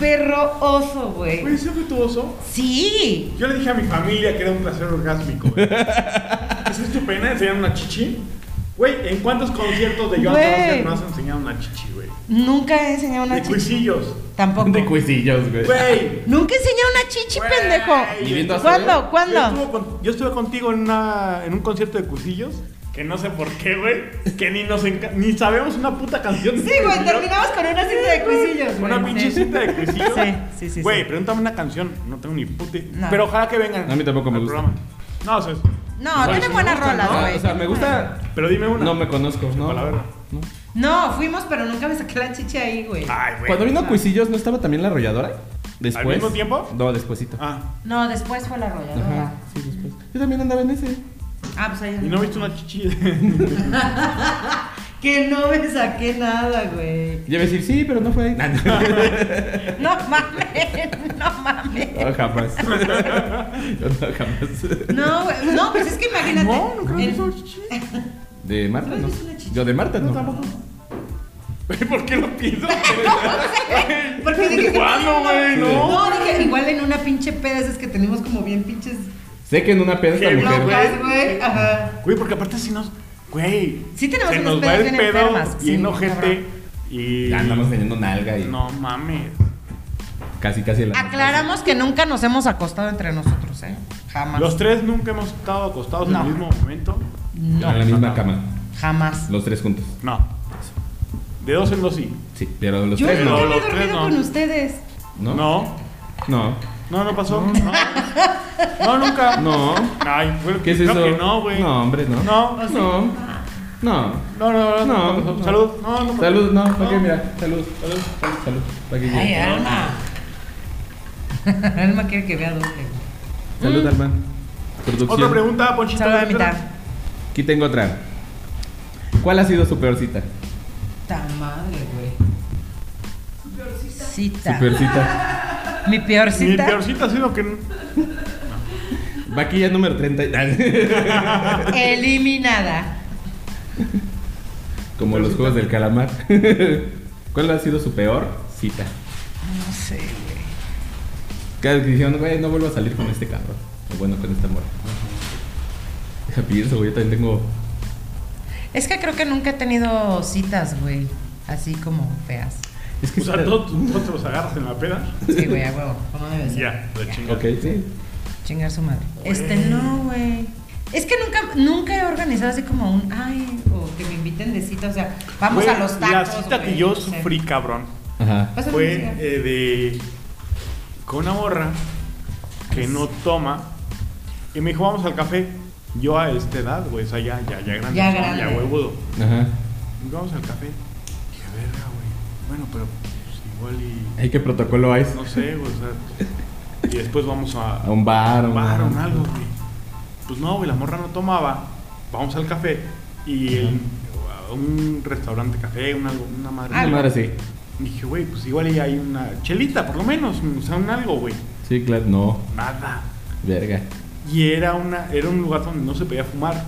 perro oso, Güey, güey. ¿sí fue tu oso? Sí. Yo le dije a mi familia que era un placer orgásmico. güey. ¿Esa es tu pena enseñar una chichi? Güey, ¿en cuántos conciertos de Joan Güey. Sebastián no has enseñado una chichi, güey? Nunca he enseñado una De chichi. cuisillos. Tampoco. De cuisillos, güey. Güey. Nunca he enseñado una chichi, Güey. Y viendo pendejo. a ¿Cuándo? Zoe. Yo, ¿Cuándo? estuve con- yo estuve contigo en, una- en un concierto de Cusillos, que no sé por qué, güey, que ni nos enca- ni sabemos una puta canción. de Sí, güey, Cuisillos. terminamos con una cinta de cuisillos, güey. Una pinche Sí. cinta de Cuisillos. Sí, sí, sí. Güey, sí. pregúntame una canción, no tengo ni puta. No. Pero ojalá que vengan. A mí tampoco me al gusta. programa. No, o sea, No, tiene buenas rolas, Ah, güey. o sea, me gusta. pero dime una. No me conozco, ¿no? Para la verga. No. No, fuimos, pero nunca me saqué la chichi ahí, güey. Ay, güey. Cuando vino Cuisillos, ¿no estaba también la arrolladora? Después. ¿Al mismo tiempo? No, despuesito. Ah, No, después fue la arrolladora. Ajá, sí, después. Yo también andaba en ese. Ah, pues ahí. ¿y no viste una chichi? Que no me saqué nada, güey. Yo iba a decir, sí, pero no fue ahí. No mames, no mames. no, jamás. Yo no, jamás. No, güey. No, pues es que imagínate. no, no creo que el- sea una chichi. ¿De Marta? No. Yo de Marta no. tampoco. Güey, ¿Por qué lo pido? Porque dije, ¿Cuándo, no, güey? No. No, dije, igual en una pinche peda, esas que tenemos como bien pinches Sé que en una peda esta Qué mujer. loco. Locas, güey. Ajá. Güey, porque aparte si nos. Güey. Sí tenemos se unas nos va pedas el bien pedo enfermas, y sí, enojete. cabrón. Y. Ya andamos teniendo nalga y No mames. casi casi Ah, la. Aclaramos que nunca nos hemos acostado entre nosotros, ¿eh? Jamás. Los tres nunca hemos estado acostados No. en el mismo momento. No, en la misma cama. jamás. Los tres juntos. No. De dos en dos sí. Sí, pero los Yo tres nunca no. no. me he los tres dormido no. con ustedes. No. No. No. No, no pasó. No, No, nunca. No. Ay, güey, ¿Qué es creo eso? que no, güey. No, hombre, no. No. No. No. No, no, no, no. No, no. Salud. No, no. Salud, no, ¿para qué? No. Mira, salud, salud, salud, salud. ¿Para qué? Ay, quieres? Alma. Alma quiere que vea dónde. güey. Salud, Alma. Producción. Otra pregunta, Ponchito. Salud a la mitad. Aquí tengo otra. ¿Cuál ha sido su peor cita? Tan madre, güey. Cita. Su peor cita. Mi peor Mi cita. peorcita ha sido que. Vaquilla número 30. Eliminada. Como los juegos del calamar. ¿Cuál ha sido su peor cita? No sé, güey. Cada vez que dijeron, güey, no vuelvo a salir con este cabrón. O bueno, con esta morra. Deja pienso, güey, yo también tengo. Es que creo que nunca he tenido citas, güey. Así como feas. Es que O sea, cita- todos todos te los agarras en la peda. Sí, güey, a huevo. ¿Cómo debe y ser? Ya, de chingada. Ok, sí. Chingar su madre. Este, no, güey. Es que nunca, nunca he organizado así como un, ay, o que me inviten de cita, o sea, vamos Güey, a los La tacos. cita güey, que yo no sé. sufrí, cabrón, Ajá. Pásame fue un cigarro. eh, de. con una morra que no toma. Y me dijo, vamos al café. Yo a esta edad, güey, o sea, ya, ya, ya grande. Ya ¿no? grande. Ya huevudo. Ajá. Y Vamos al café. Qué verga, güey. Bueno, pero pues, igual y. Hay que protocolo hay. No sé, güey, o sea. Y después vamos a. A un bar, a un bar o en algo, güey. Pues no, güey, la morra no tomaba. Vamos al café y el- a un restaurante café, un algo, una madre. Ah, madre, sí. Y dije, güey, pues igual y hay una chelita, por lo menos, o sea, un algo, güey. Sí, claro, no. Nada. Verga. Y era una era un lugar donde no se podía fumar.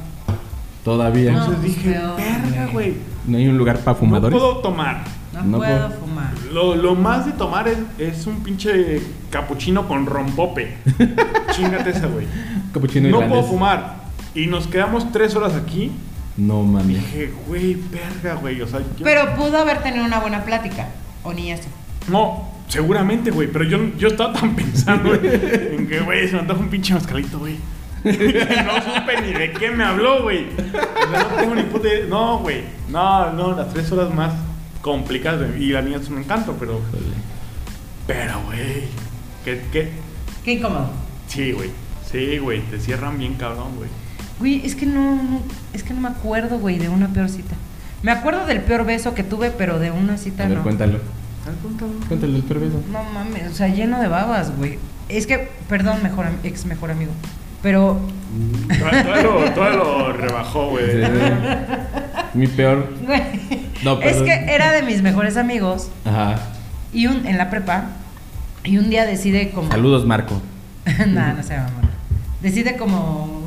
Todavía. No. pues No, Entonces dije, peor, verga, güey. güey. hay un lugar para No fumadores. puedo tomar. No, No puedo puedo. fumar. Lo, lo más de tomar es, es un pinche capuchino con rompope. Chingate esa, güey. Capuchino No puedo irlandés. fumar. Y nos quedamos tres horas aquí No mames. Dije, güey, verga, güey. O sea, yo- Pero pudo haber tenido una buena plática, o ni eso. No, seguramente, güey. Pero yo, yo estaba tan pensando, güey, en que, güey, se me antoja un pinche mascalito, güey. Que no supe ni de qué me habló, güey. O sea, No tengo ni puta idea. No, güey. No, no, las tres horas más complicadas. güey. Y la niña es un encanto, pero. Pero, güey. ¿Qué, qué? Qué incómodo. Sí, güey. Sí, güey. Te cierran bien, cabrón, güey. Güey, es que no, no- es que no me acuerdo, güey, de una peor cita. Me acuerdo del peor beso que tuve, pero de una cita A ver, no. cuéntalo. ¿Estás contado? Cuéntalo el perverso. No mames, o sea, lleno de babas, güey. Es que, perdón, mejor, am- ex mejor amigo, pero Todavía todavía lo, todavía lo rebajó, güey. Mi peor. Güey, No, es perdón. que era de mis mejores amigos Ajá. y un, en la prepa y un día decide como... Saludos, Marco. Nah, no se llama Marco. Decide como...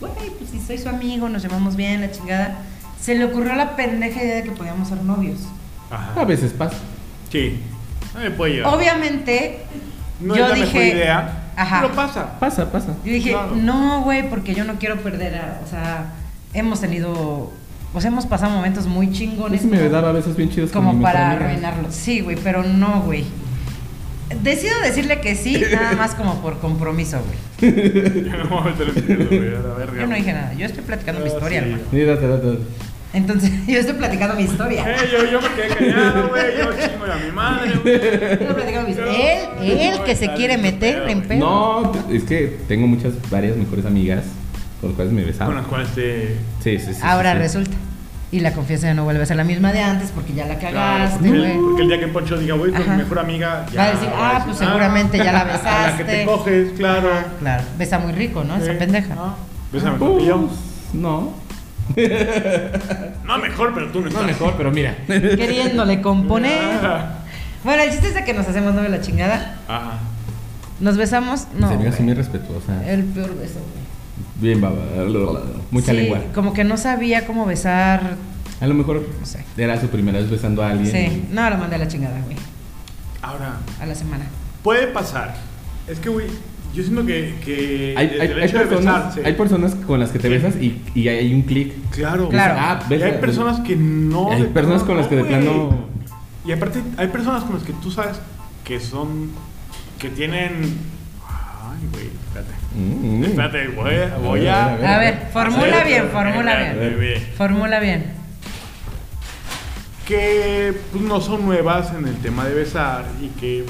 Güey, pues si soy su amigo, nos llevamos bien, la chingada. Se le ocurrió la pendeja idea de que podíamos ser novios. A Ajá. veces pasa. Sí. No me puedo llevar. Obviamente, No yo es la dije... mejor idea. Ajá. Pero pasa. Pasa, pasa. Yo dije, Claro. no, güey, porque yo no quiero perder a... O sea, hemos tenido... O sea, hemos pasado momentos muy chingones. Sí me como- daba a veces bien chidos. con Como mi mejor para amiga. arruinarlo. Sí, güey, pero no, güey. Decido decirle que sí, nada más como por compromiso, güey. Yo no voy a meter en pedo, güey, a la verga. Yo no dije nada, yo estoy platicando mi Ah, historia, sí. hermano. Sí, date, date, date. Entonces, yo estoy platicando mi historia. Eh, yo, yo me quedé callado, güey. Yo chingo a mi madre, güey. Yo estoy platicando mi historia. Él, él que se quiere meter en pedo. No, es que tengo muchas, varias mejores amigas con las cuales me besaba. Con las cuales te. Sí, sí, sí. Ahora sí, sí. resulta. Y la confianza ya no vuelve a ser la misma de antes porque ya la cagaste, porque, el, porque güey. el día que Poncho diga, güey, con Ajá. mi mejor amiga. Va a decir, ah, pues seguramente ya la A la que te besaste. coges, claro. Claro, besa muy rico, ¿no? Esa Sí, pendeja. ¿no? Bésame, Pues, papillo. no. No mejor, pero tú no No estás. mejor, pero mira. Queriéndole componer. Ah. Bueno, el chiste es de que nos hacemos nueve la chingada. Ajá. Nos besamos. No. Se me hace güey. muy respetuosa. El peor beso, güey. Bien, baba. Mucha Sí, lengua. Como que no sabía cómo besar. A lo mejor No sé. era su primera vez besando a alguien. Sí. No, lo mandé a la chingada, güey. Ahora, A la semana. puede pasar. Es que, güey, Yo siento que. que Hay, el hay- hay hecho de personas, besarse- hay personas con las que te besas y, y hay un clic. Claro, Claro. Ah, Y hay besa- personas que no. Y hay de personas plano con las no, que de güey. plano- Y aparte, hay personas con las que tú sabes que son. que tienen. Ay, güey, espérate. Mm, mm. Espérate, voy, voy a. A A ver, formula Sí, bien, formula espérate, bien. bien. Formula bien. Que pues, no son nuevas en el tema de besar y que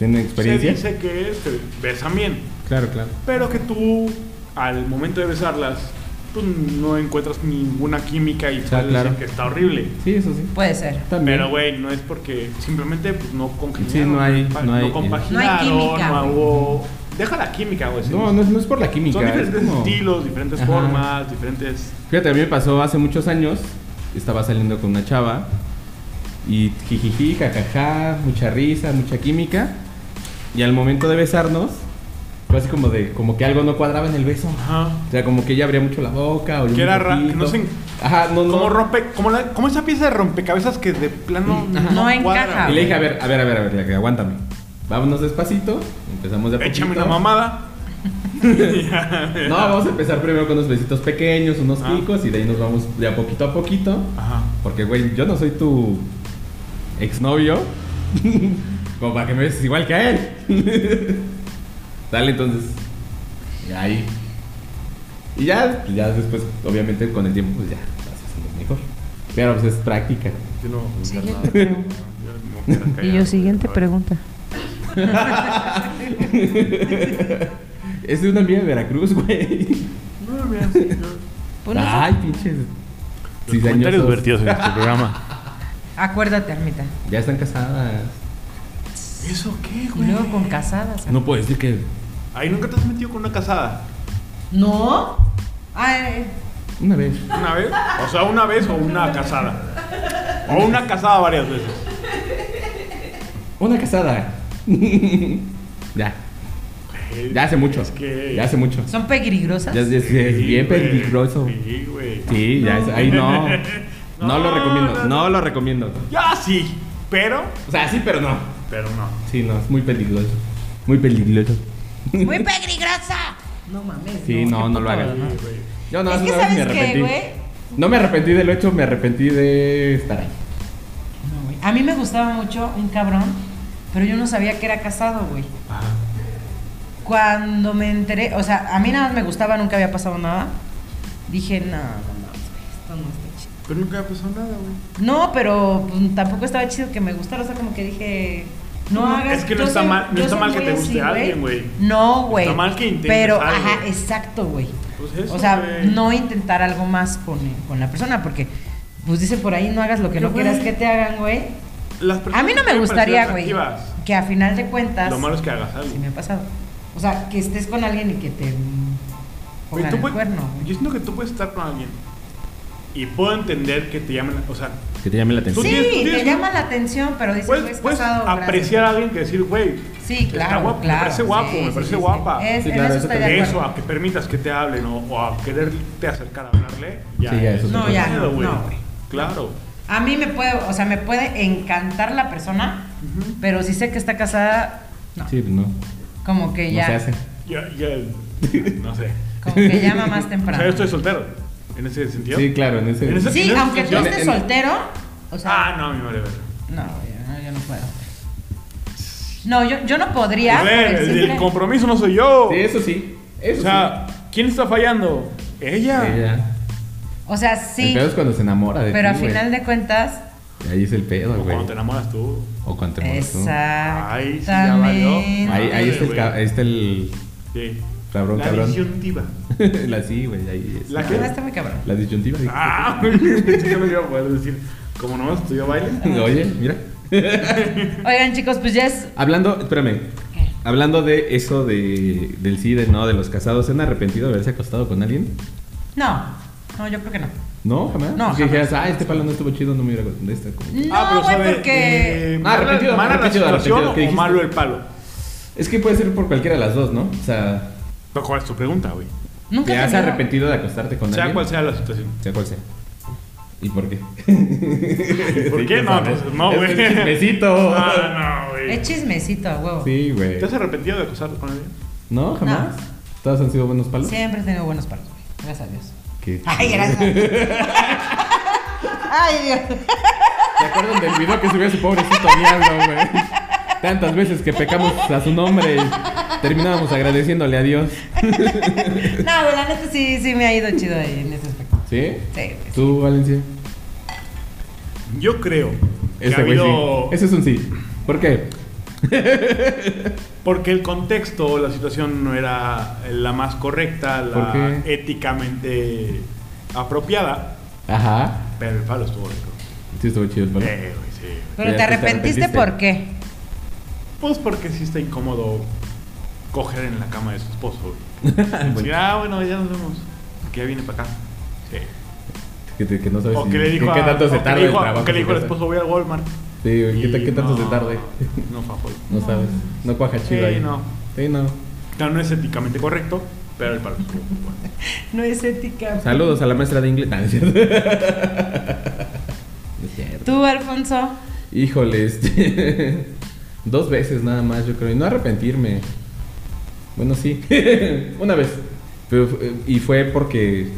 ¿Tienen se experiencia? dice que se besan bien. Claro, claro. Pero que tú, al momento de besarlas, pues, no encuentras ninguna química y puedes claro. decir que está horrible. Sí, eso sí. Puede ser. También. Pero, güey, no es porque simplemente pues, no congeniaron. Sí, no hay- pa- no hay- eh, compaginaron, No hay química, no güey. hubo- Deja la química, güey. sí, No, no es, no es por la química. Son es diferentes como- estilos, diferentes Ajá. formas, diferentes... Fíjate, a mí me pasó hace muchos años. Estaba saliendo con una chava. Y jijiji, jajaja, mucha risa, mucha química. Y al momento de besarnos, fue así como de, como que algo no cuadraba en el beso. Ajá. O sea, como que ella abría mucho la boca. O yo Que un era ra- que no poquito. se- Ajá, no, no. Como rompe... Como, la, como esa pieza de rompecabezas que de plano Ajá. No cuadra, encaja. Y güey. le dije, a ver, a ver, a ver, a ver, aguántame. Vámonos despacito. Empezamos de a Échame poquito. una mamada. No, vamos a empezar primero con unos besitos pequeños, unos Ah. picos, y de ahí nos vamos de a poquito a poquito. Ajá. Porque, güey, yo no soy tu exnovio. Como para que me beses igual que a él. Dale, entonces. Y ahí. Y ya, pues, ya después, obviamente, con el tiempo, pues ya, vas haciendo mejor. Pero pues es práctica. Yo no... Siguiente yo no Y yo, siguiente pregunta. Es de una amiga de Veracruz, güey. No, mira, sí, yo- Pues no sé. Ay, pinches. Los comentarios cizañosos. divertidos en este programa. Acuérdate, Armita. Ya están casadas. ¿Eso qué, Y güey? luego con casadas. No puedo decir que Ahí nunca te has metido con una casada. ¿No? Ay, una vez. ¿Una vez? O sea, una vez o una casada. O una casada varias veces. Una casada. ya. Ya hace mucho. Es que. Ya hace mucho. ¿son peligrosas? Ya es, es- es Sí, bien güey. peligroso. Sí, güey. Sí, ya es. Ahí no. No, No, lo recomiendo. no, No, no. lo recomiendo. Ya sí, pero. O sea, sí, pero no. Pero no. Sí, no, es muy peligroso. Muy peligroso. ¡Muy peligrosa! No mames. qué Sí, no, no lo puta hagan. verdad. Sí, güey. Yo no, Es que me ¿sabes qué, arrepentí. güey? no me arrepentí de lo hecho, me arrepentí de estar ahí. No, güey. A mí me gustaba mucho un cabrón, pero yo no sabía que era casado, güey. Ajá. Cuando me enteré, o sea, a mí nada más me gustaba, nunca había pasado nada. Dije, no, no, no, güey, esto no está chido. Pero nunca ha pasado nada, güey. No, pero pues, tampoco estaba chido que me gustara, o sea, como que dije, no hagas. Es que no yo está soy- mal- no yo está soy mal que muy te guste así, alguien, güey. No, güey. Está mal que intentes Pero, algo. ajá, exacto, güey. Pues eso, o sea, güey. no intentar algo más con, con la persona, porque, pues dice por ahí, no hagas lo que Pero, no quieras güey. que te hagan, güey. Las A personas mí no me pueden gustaría, parecer güey, atractivas. que a final de cuentas. Lo malo es que hagas Sí algo. me ha pasado. O sea, que estés con alguien y que te mm, Güey, pongan tú el puedes- cuerno. güey. Yo siento que tú puedes estar con alguien. Y puedo entender que te llamen. O sea, Que te llame la tú Sí, atención. tienes- tú tienes te un- llama la atención, pero dices, puedes, güey, es puedes casado, gracias". apreciar a alguien que decir, güey, Sí, está claro, guapo, me claro, parece guapo, sí, me sí, parece sí, sí. guapa. Es- Sí, en claro, eso eso estoy también. de Eso, acuerdo. a que permitas que te hablen o, o a quererte acercar a hablarle, ya, Sí, ya, eso es sí. otro No, ya, pedo, güey. no, güey. Claro. A mí me puede, o sea, me puede encantar la persona, pero si sé que está casada, no. Sí, no. Como que No ya. se hace. Ya, ya, no sé. Como que llama más O temprano. sea, yo estoy soltero, en ese sentido. Sí, claro, en ese. En ese- Sí, yo- aunque tú yo- estés en- soltero, o sea. ah, no, mi madre. verga. no. yo, yo no puedo. No, yo, yo no podría. A ver, por el el, el simple- compromiso no soy yo. Sí, eso sí. o Eso sea, ¿quién está fallando? sí. Ella. Ella. o sea, El sí, pedo es cuando se enamora de pero a ti, güey. final de cuentas, Ahí es el pedo, O güey. cuando te enamoras tú. O cuando te mueres tú. Ay, sí, ya valió. Exactamente. Ahí, ahí, está el, Madre, ca- güey. ahí está el. Sí. Cabrón, la cabrón. disyuntiva. la sí, güey. Ahí es. La Ah, que. está muy cabrón. La disyuntiva. dijiste. Ah, pensé que no iba a poder decir. Como no estudió baile. Oye, mira. Oigan, chicos, pues ya es. Hablando, espérame. Hablando de eso de, del sí, de no, de los casados, ¿se han arrepentido de haberse acostado con alguien? No, no, yo creo que no. Ah, No, jamás. No, Porque jamás. dijeras, ah, este palo no estuvo chido, no me hubiera acostado. Este, como que- No, güey, sabe, porque. eh, Ah, arrepentido, mala la arrepentido, situación arrepentido, ¿qué o dijiste? malo el palo. Es que puede ser por cualquiera de las dos, ¿no? O sea, Pero ¿Cuál es tu pregunta, güey? Nunca ¿te he has tenido- arrepentido de acostarte con Sea alguien? cual sea la situación. Sea cual sea. ¿Y por qué? ¿Por Sí, qué ya no? sabes. Pues no, Es güey. el chismecito. Ah, no, güey. Es chismecito, a huevo. Sí, güey. ¿Te has arrepentido de acosarte con alguien? ¿No? ¿Jamás? ¿Todas han sido buenos palos? Siempre he tenido buenos palos, güey. Gracias a Dios. Qué Ay, chido. gracias. Ay, Dios. ¿Se acuerdan del video que subió ese pobrecito diablo, güey? Tantas veces que pecamos a su nombre y terminábamos agradeciéndole a Dios. No, güey, la neta sí, sí me ha ido chido ahí en ese aspecto. ¿Sí? Sí, güey. ¿Tú, Valencia? Yo creo que ha Ese güey habido. sí. Ese es un sí. ¿Por qué? Porque el contexto, la situación no era la más correcta, la ¿Por qué? éticamente apropiada, Ajá. pero el palo estuvo rico. Sí, estuvo chido el palo. Eh, güey, sí. Pero Ya te te arrepentiste, arrepentiste. ¿por qué? Pues porque sí está incómodo coger en la cama de su esposo. güey. Sí, Bueno, ah, bueno, ya nos vemos. Que ya viene para acá. Sí. que, te- que no sabes O si- que le dijo qué a- tanto o se que tarda le el dijo a- o trabajo. que le en dijo al su casa. esposo, voy al Walmart. Sí, güey, ¿qué, ta- Y qué tanto se no, tarde? No, fajó. No sabes. No cuaja chido Sí, ahí. no. Sí, no. No, no es éticamente correcto, pero el palo estuvo bueno. No es ética. Saludos a la maestra de inglés. Ah, no es cierto. No es cierto. Tú, Alfonso. Híjole, este. Dos veces nada más, yo creo. Y no arrepentirme. Bueno, sí. Una vez. Pero, fue- y fue porque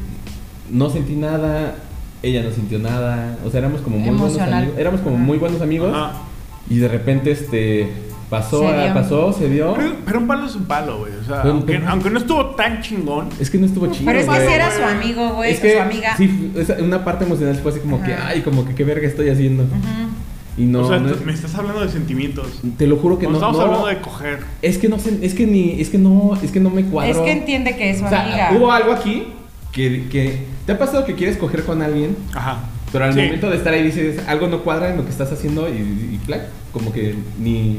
no sentí nada. Ella no sintió nada. O sea, éramos como muy buenos Emocional. amigos. Éramos como muy buenos amigos. Ajá. Y de repente, este. Pasó, Se ah, dio. pasó, se dio. Pero, pero un palo es un palo, güey. O sea, Pero- aunque, pero- aunque no estuvo tan chingón, Es que no estuvo chido. Pero es que güey. si era su amigo, güey, Es que, o su amiga. Sí, esa- una parte emocional fue así como que, Ajá. ay, como que qué verga estoy haciendo. Ujú. Y no, o sea, no- t- me estás hablando de sentimientos. te lo juro que Nos no. estamos no- hablando de coger. Es que no sé, es que ni, es que no, es que no me cuadro. Es que entiende que es su O sea, amiga. hubo algo aquí que, que te ha pasado que quieres coger con alguien, Ajá. pero al Sí. momento de estar ahí dices algo no cuadra en lo que estás haciendo y, y plac, como que ni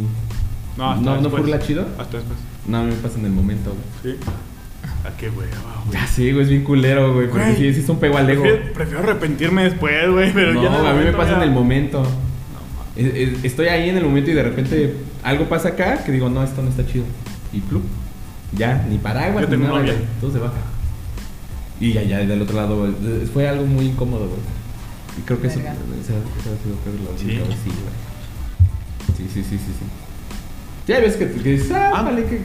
No, hasta no, no después. furla chido. Hasta después. No me pasa en el momento. güey. Sí. ¿A qué, güey? Ah, güey. Ya sí, güey, es bien culero, güey, porque Güey. sí, sí es un pego al ego. Prefiero, prefiero arrepentirme después, güey. Pero no, ya en el a mí me momento pasa ya- en el momento. Es- es- Estoy ahí en el momento y de repente algo pasa acá que digo, no, esto no está chido. Y plup, ya, ni paraguas, Yo ni tengo nada, novia. güey, todo se baja. Y ya, ya, del otro lado, güey, eh, fue algo muy incómodo, güey. Y creo que eso, Verga. esa, esa ha sido creo que la ¿Sí? única vez, sí, güey. Sí, sí, sí, sí, sí. Ya ves que, que dices, ah, Ah. vale, que...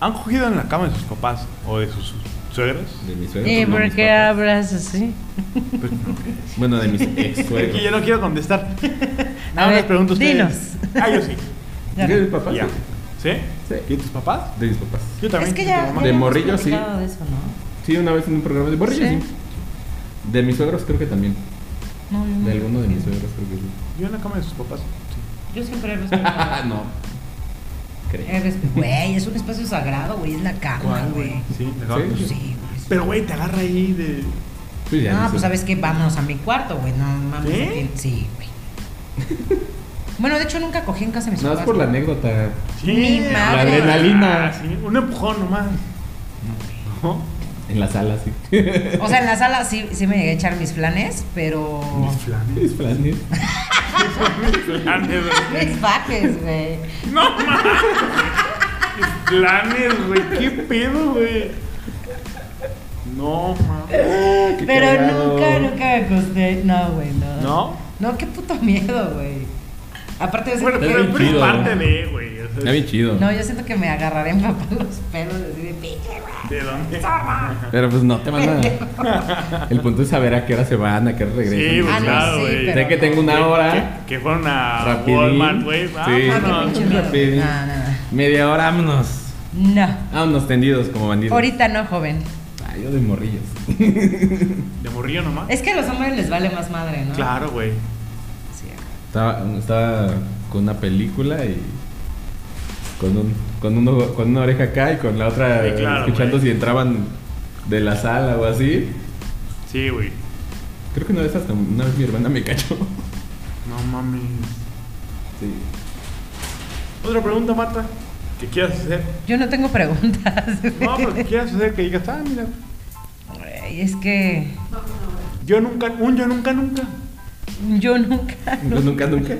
¿Han cogido en la cama de sus papás o de sus suegras? De mis suegros. ¿Y no, Eh, por mis qué papás. hablas así? Bueno, de mis ex Es que yo suegros. no quiero contestar. A Nada más ver, les pregunto a ustedes. dinos. Ah, yo sí. Ya ¿De no. mis papás? Ya. ¿Sí? Sí. ¿Y tus papás? De mis papás. Yo también. Es que tu ya. mamá. ya De hemos morrillo, sí. platicado de eso, ¿no? Sí, una vez en un programa de borrillo, Sí. sí. De mis suegros creo que también. No, yo no. De alguno de mis suegros creo que sí. Yo en la cama de sus papás. Sí. Yo siempre he respetado. no. He Creo. respe- Güey, es un espacio sagrado, güey. Es la cama, güey. Ah, Sí, en la cama. Sí. Sí, güey. Pero, güey, te agarra ahí de. Pues ya, No, ni pues sé. sabes que vámonos a mi cuarto, güey. No mames. ¿Sí? aquí- Sí, güey. bueno, de hecho nunca cogí en casa de mis No, es papás, por la güey. anécdota. Mi madre. La adrenalina. Ah, sí, un empujón nomás. Oh. No. En la sala, sí. O sea, en la sala sí, sí me llegué a echar mis flanes, pero. Mis flanes. Es flanes. Mis flanes, güey. Mis fajes, güey. No mames. Mis flanes, güey. ¿Qué pedo, güey? No mames. Qué Pero cagado. nunca, nunca me acosté. No, güey, no. ¿No? No, qué puto miedo, güey. Aparte, yo siento Bueno, Está pero bien pero es chido. parte de, güey. o sea, Está bien chido. que. No, yo siento que me agarraré en papá los pelos así de pinche, güey. ¿De dónde? Pero pues no te van a. El punto es saber a qué hora se van, a qué hora regresan. Sí, güey, Ah, no, claro, sí, güey. pero- Sé que tengo una hora. Que, que fueron a Rapidín. Walmart, güey. Sí. Ah, No, qué Vámonos. pinche miedo. güey. rápido. No, no, Media hora, vámonos. no. No. Vámonos tendidos como bandidos. Ahorita no, joven. Ah, yo de morrillos. De morrillo nomás. Es que a los hombres les vale más madre, ¿no? Claro, güey. Sí. Estaba, estaba con una película y con un, con uno, con una oreja acá y con la otra Sí, claro, escuchando güey. si entraban de la sala o así. Sí, güey. Creo que una vez hasta una vez mi hermana me cachó. No mames. Sí. Otra pregunta, Marta. ¿Qué quieras hacer? Yo no tengo preguntas. No, pues. pero ¿qué quieras hacer? Que digas, ah, mira. Güey, es que Yo nunca, un yo nunca, nunca. yo nunca. Yo Pues nunca, nunca.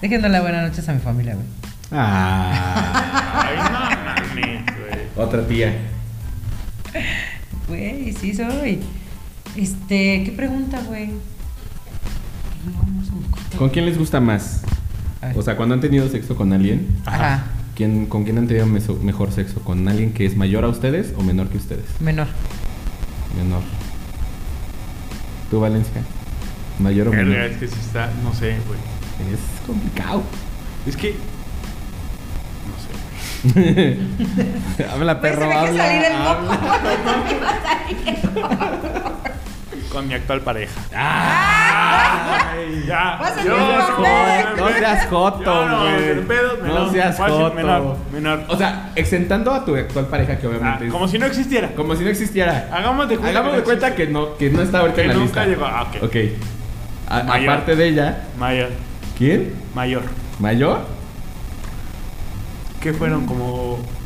Dejando la buenas noches a mi familia, güey. Ah, Ay, no mames, güey. otra tía. Güey, sí soy. Este, ¿qué pregunta, güey? No, no se me ocurre. ¿Con quién les gusta más? A ver. O sea, cuando han tenido sexo con alguien, Ajá. ¿Quién, ¿Con quién han tenido meso- mejor sexo? ¿Con alguien que es mayor a ustedes o menor que ustedes? Menor. Menor. ¿Tú, Valencia? ¿Mayor o menor? Verga, es que sí está, no sé, güey. Es complicado. Es que. No sé, güey. habla, Pues perro, se ve que habla, Ah, salir el habla. moco. Con mi actual pareja. Ay, Vas ya. a Yo tener no que sé, volver. Ah. No seas joto, Yo no, güey. sin pedos, menor. No seas Fácil, joto. menor, menor. O sea, exentando a tu actual pareja que Ah, obviamente es- como si no existiera. como si no existiera. Hagamos de cuenta Hagamos de que no cuenta existe. que no, que no está ahorita Que en la nunca lista. llegó. Ah, ok. Ok. A- Mayor. aparte de ella, Mayor. ¿quién? Mayor. ¿Mayor? ¿Qué fueron? Como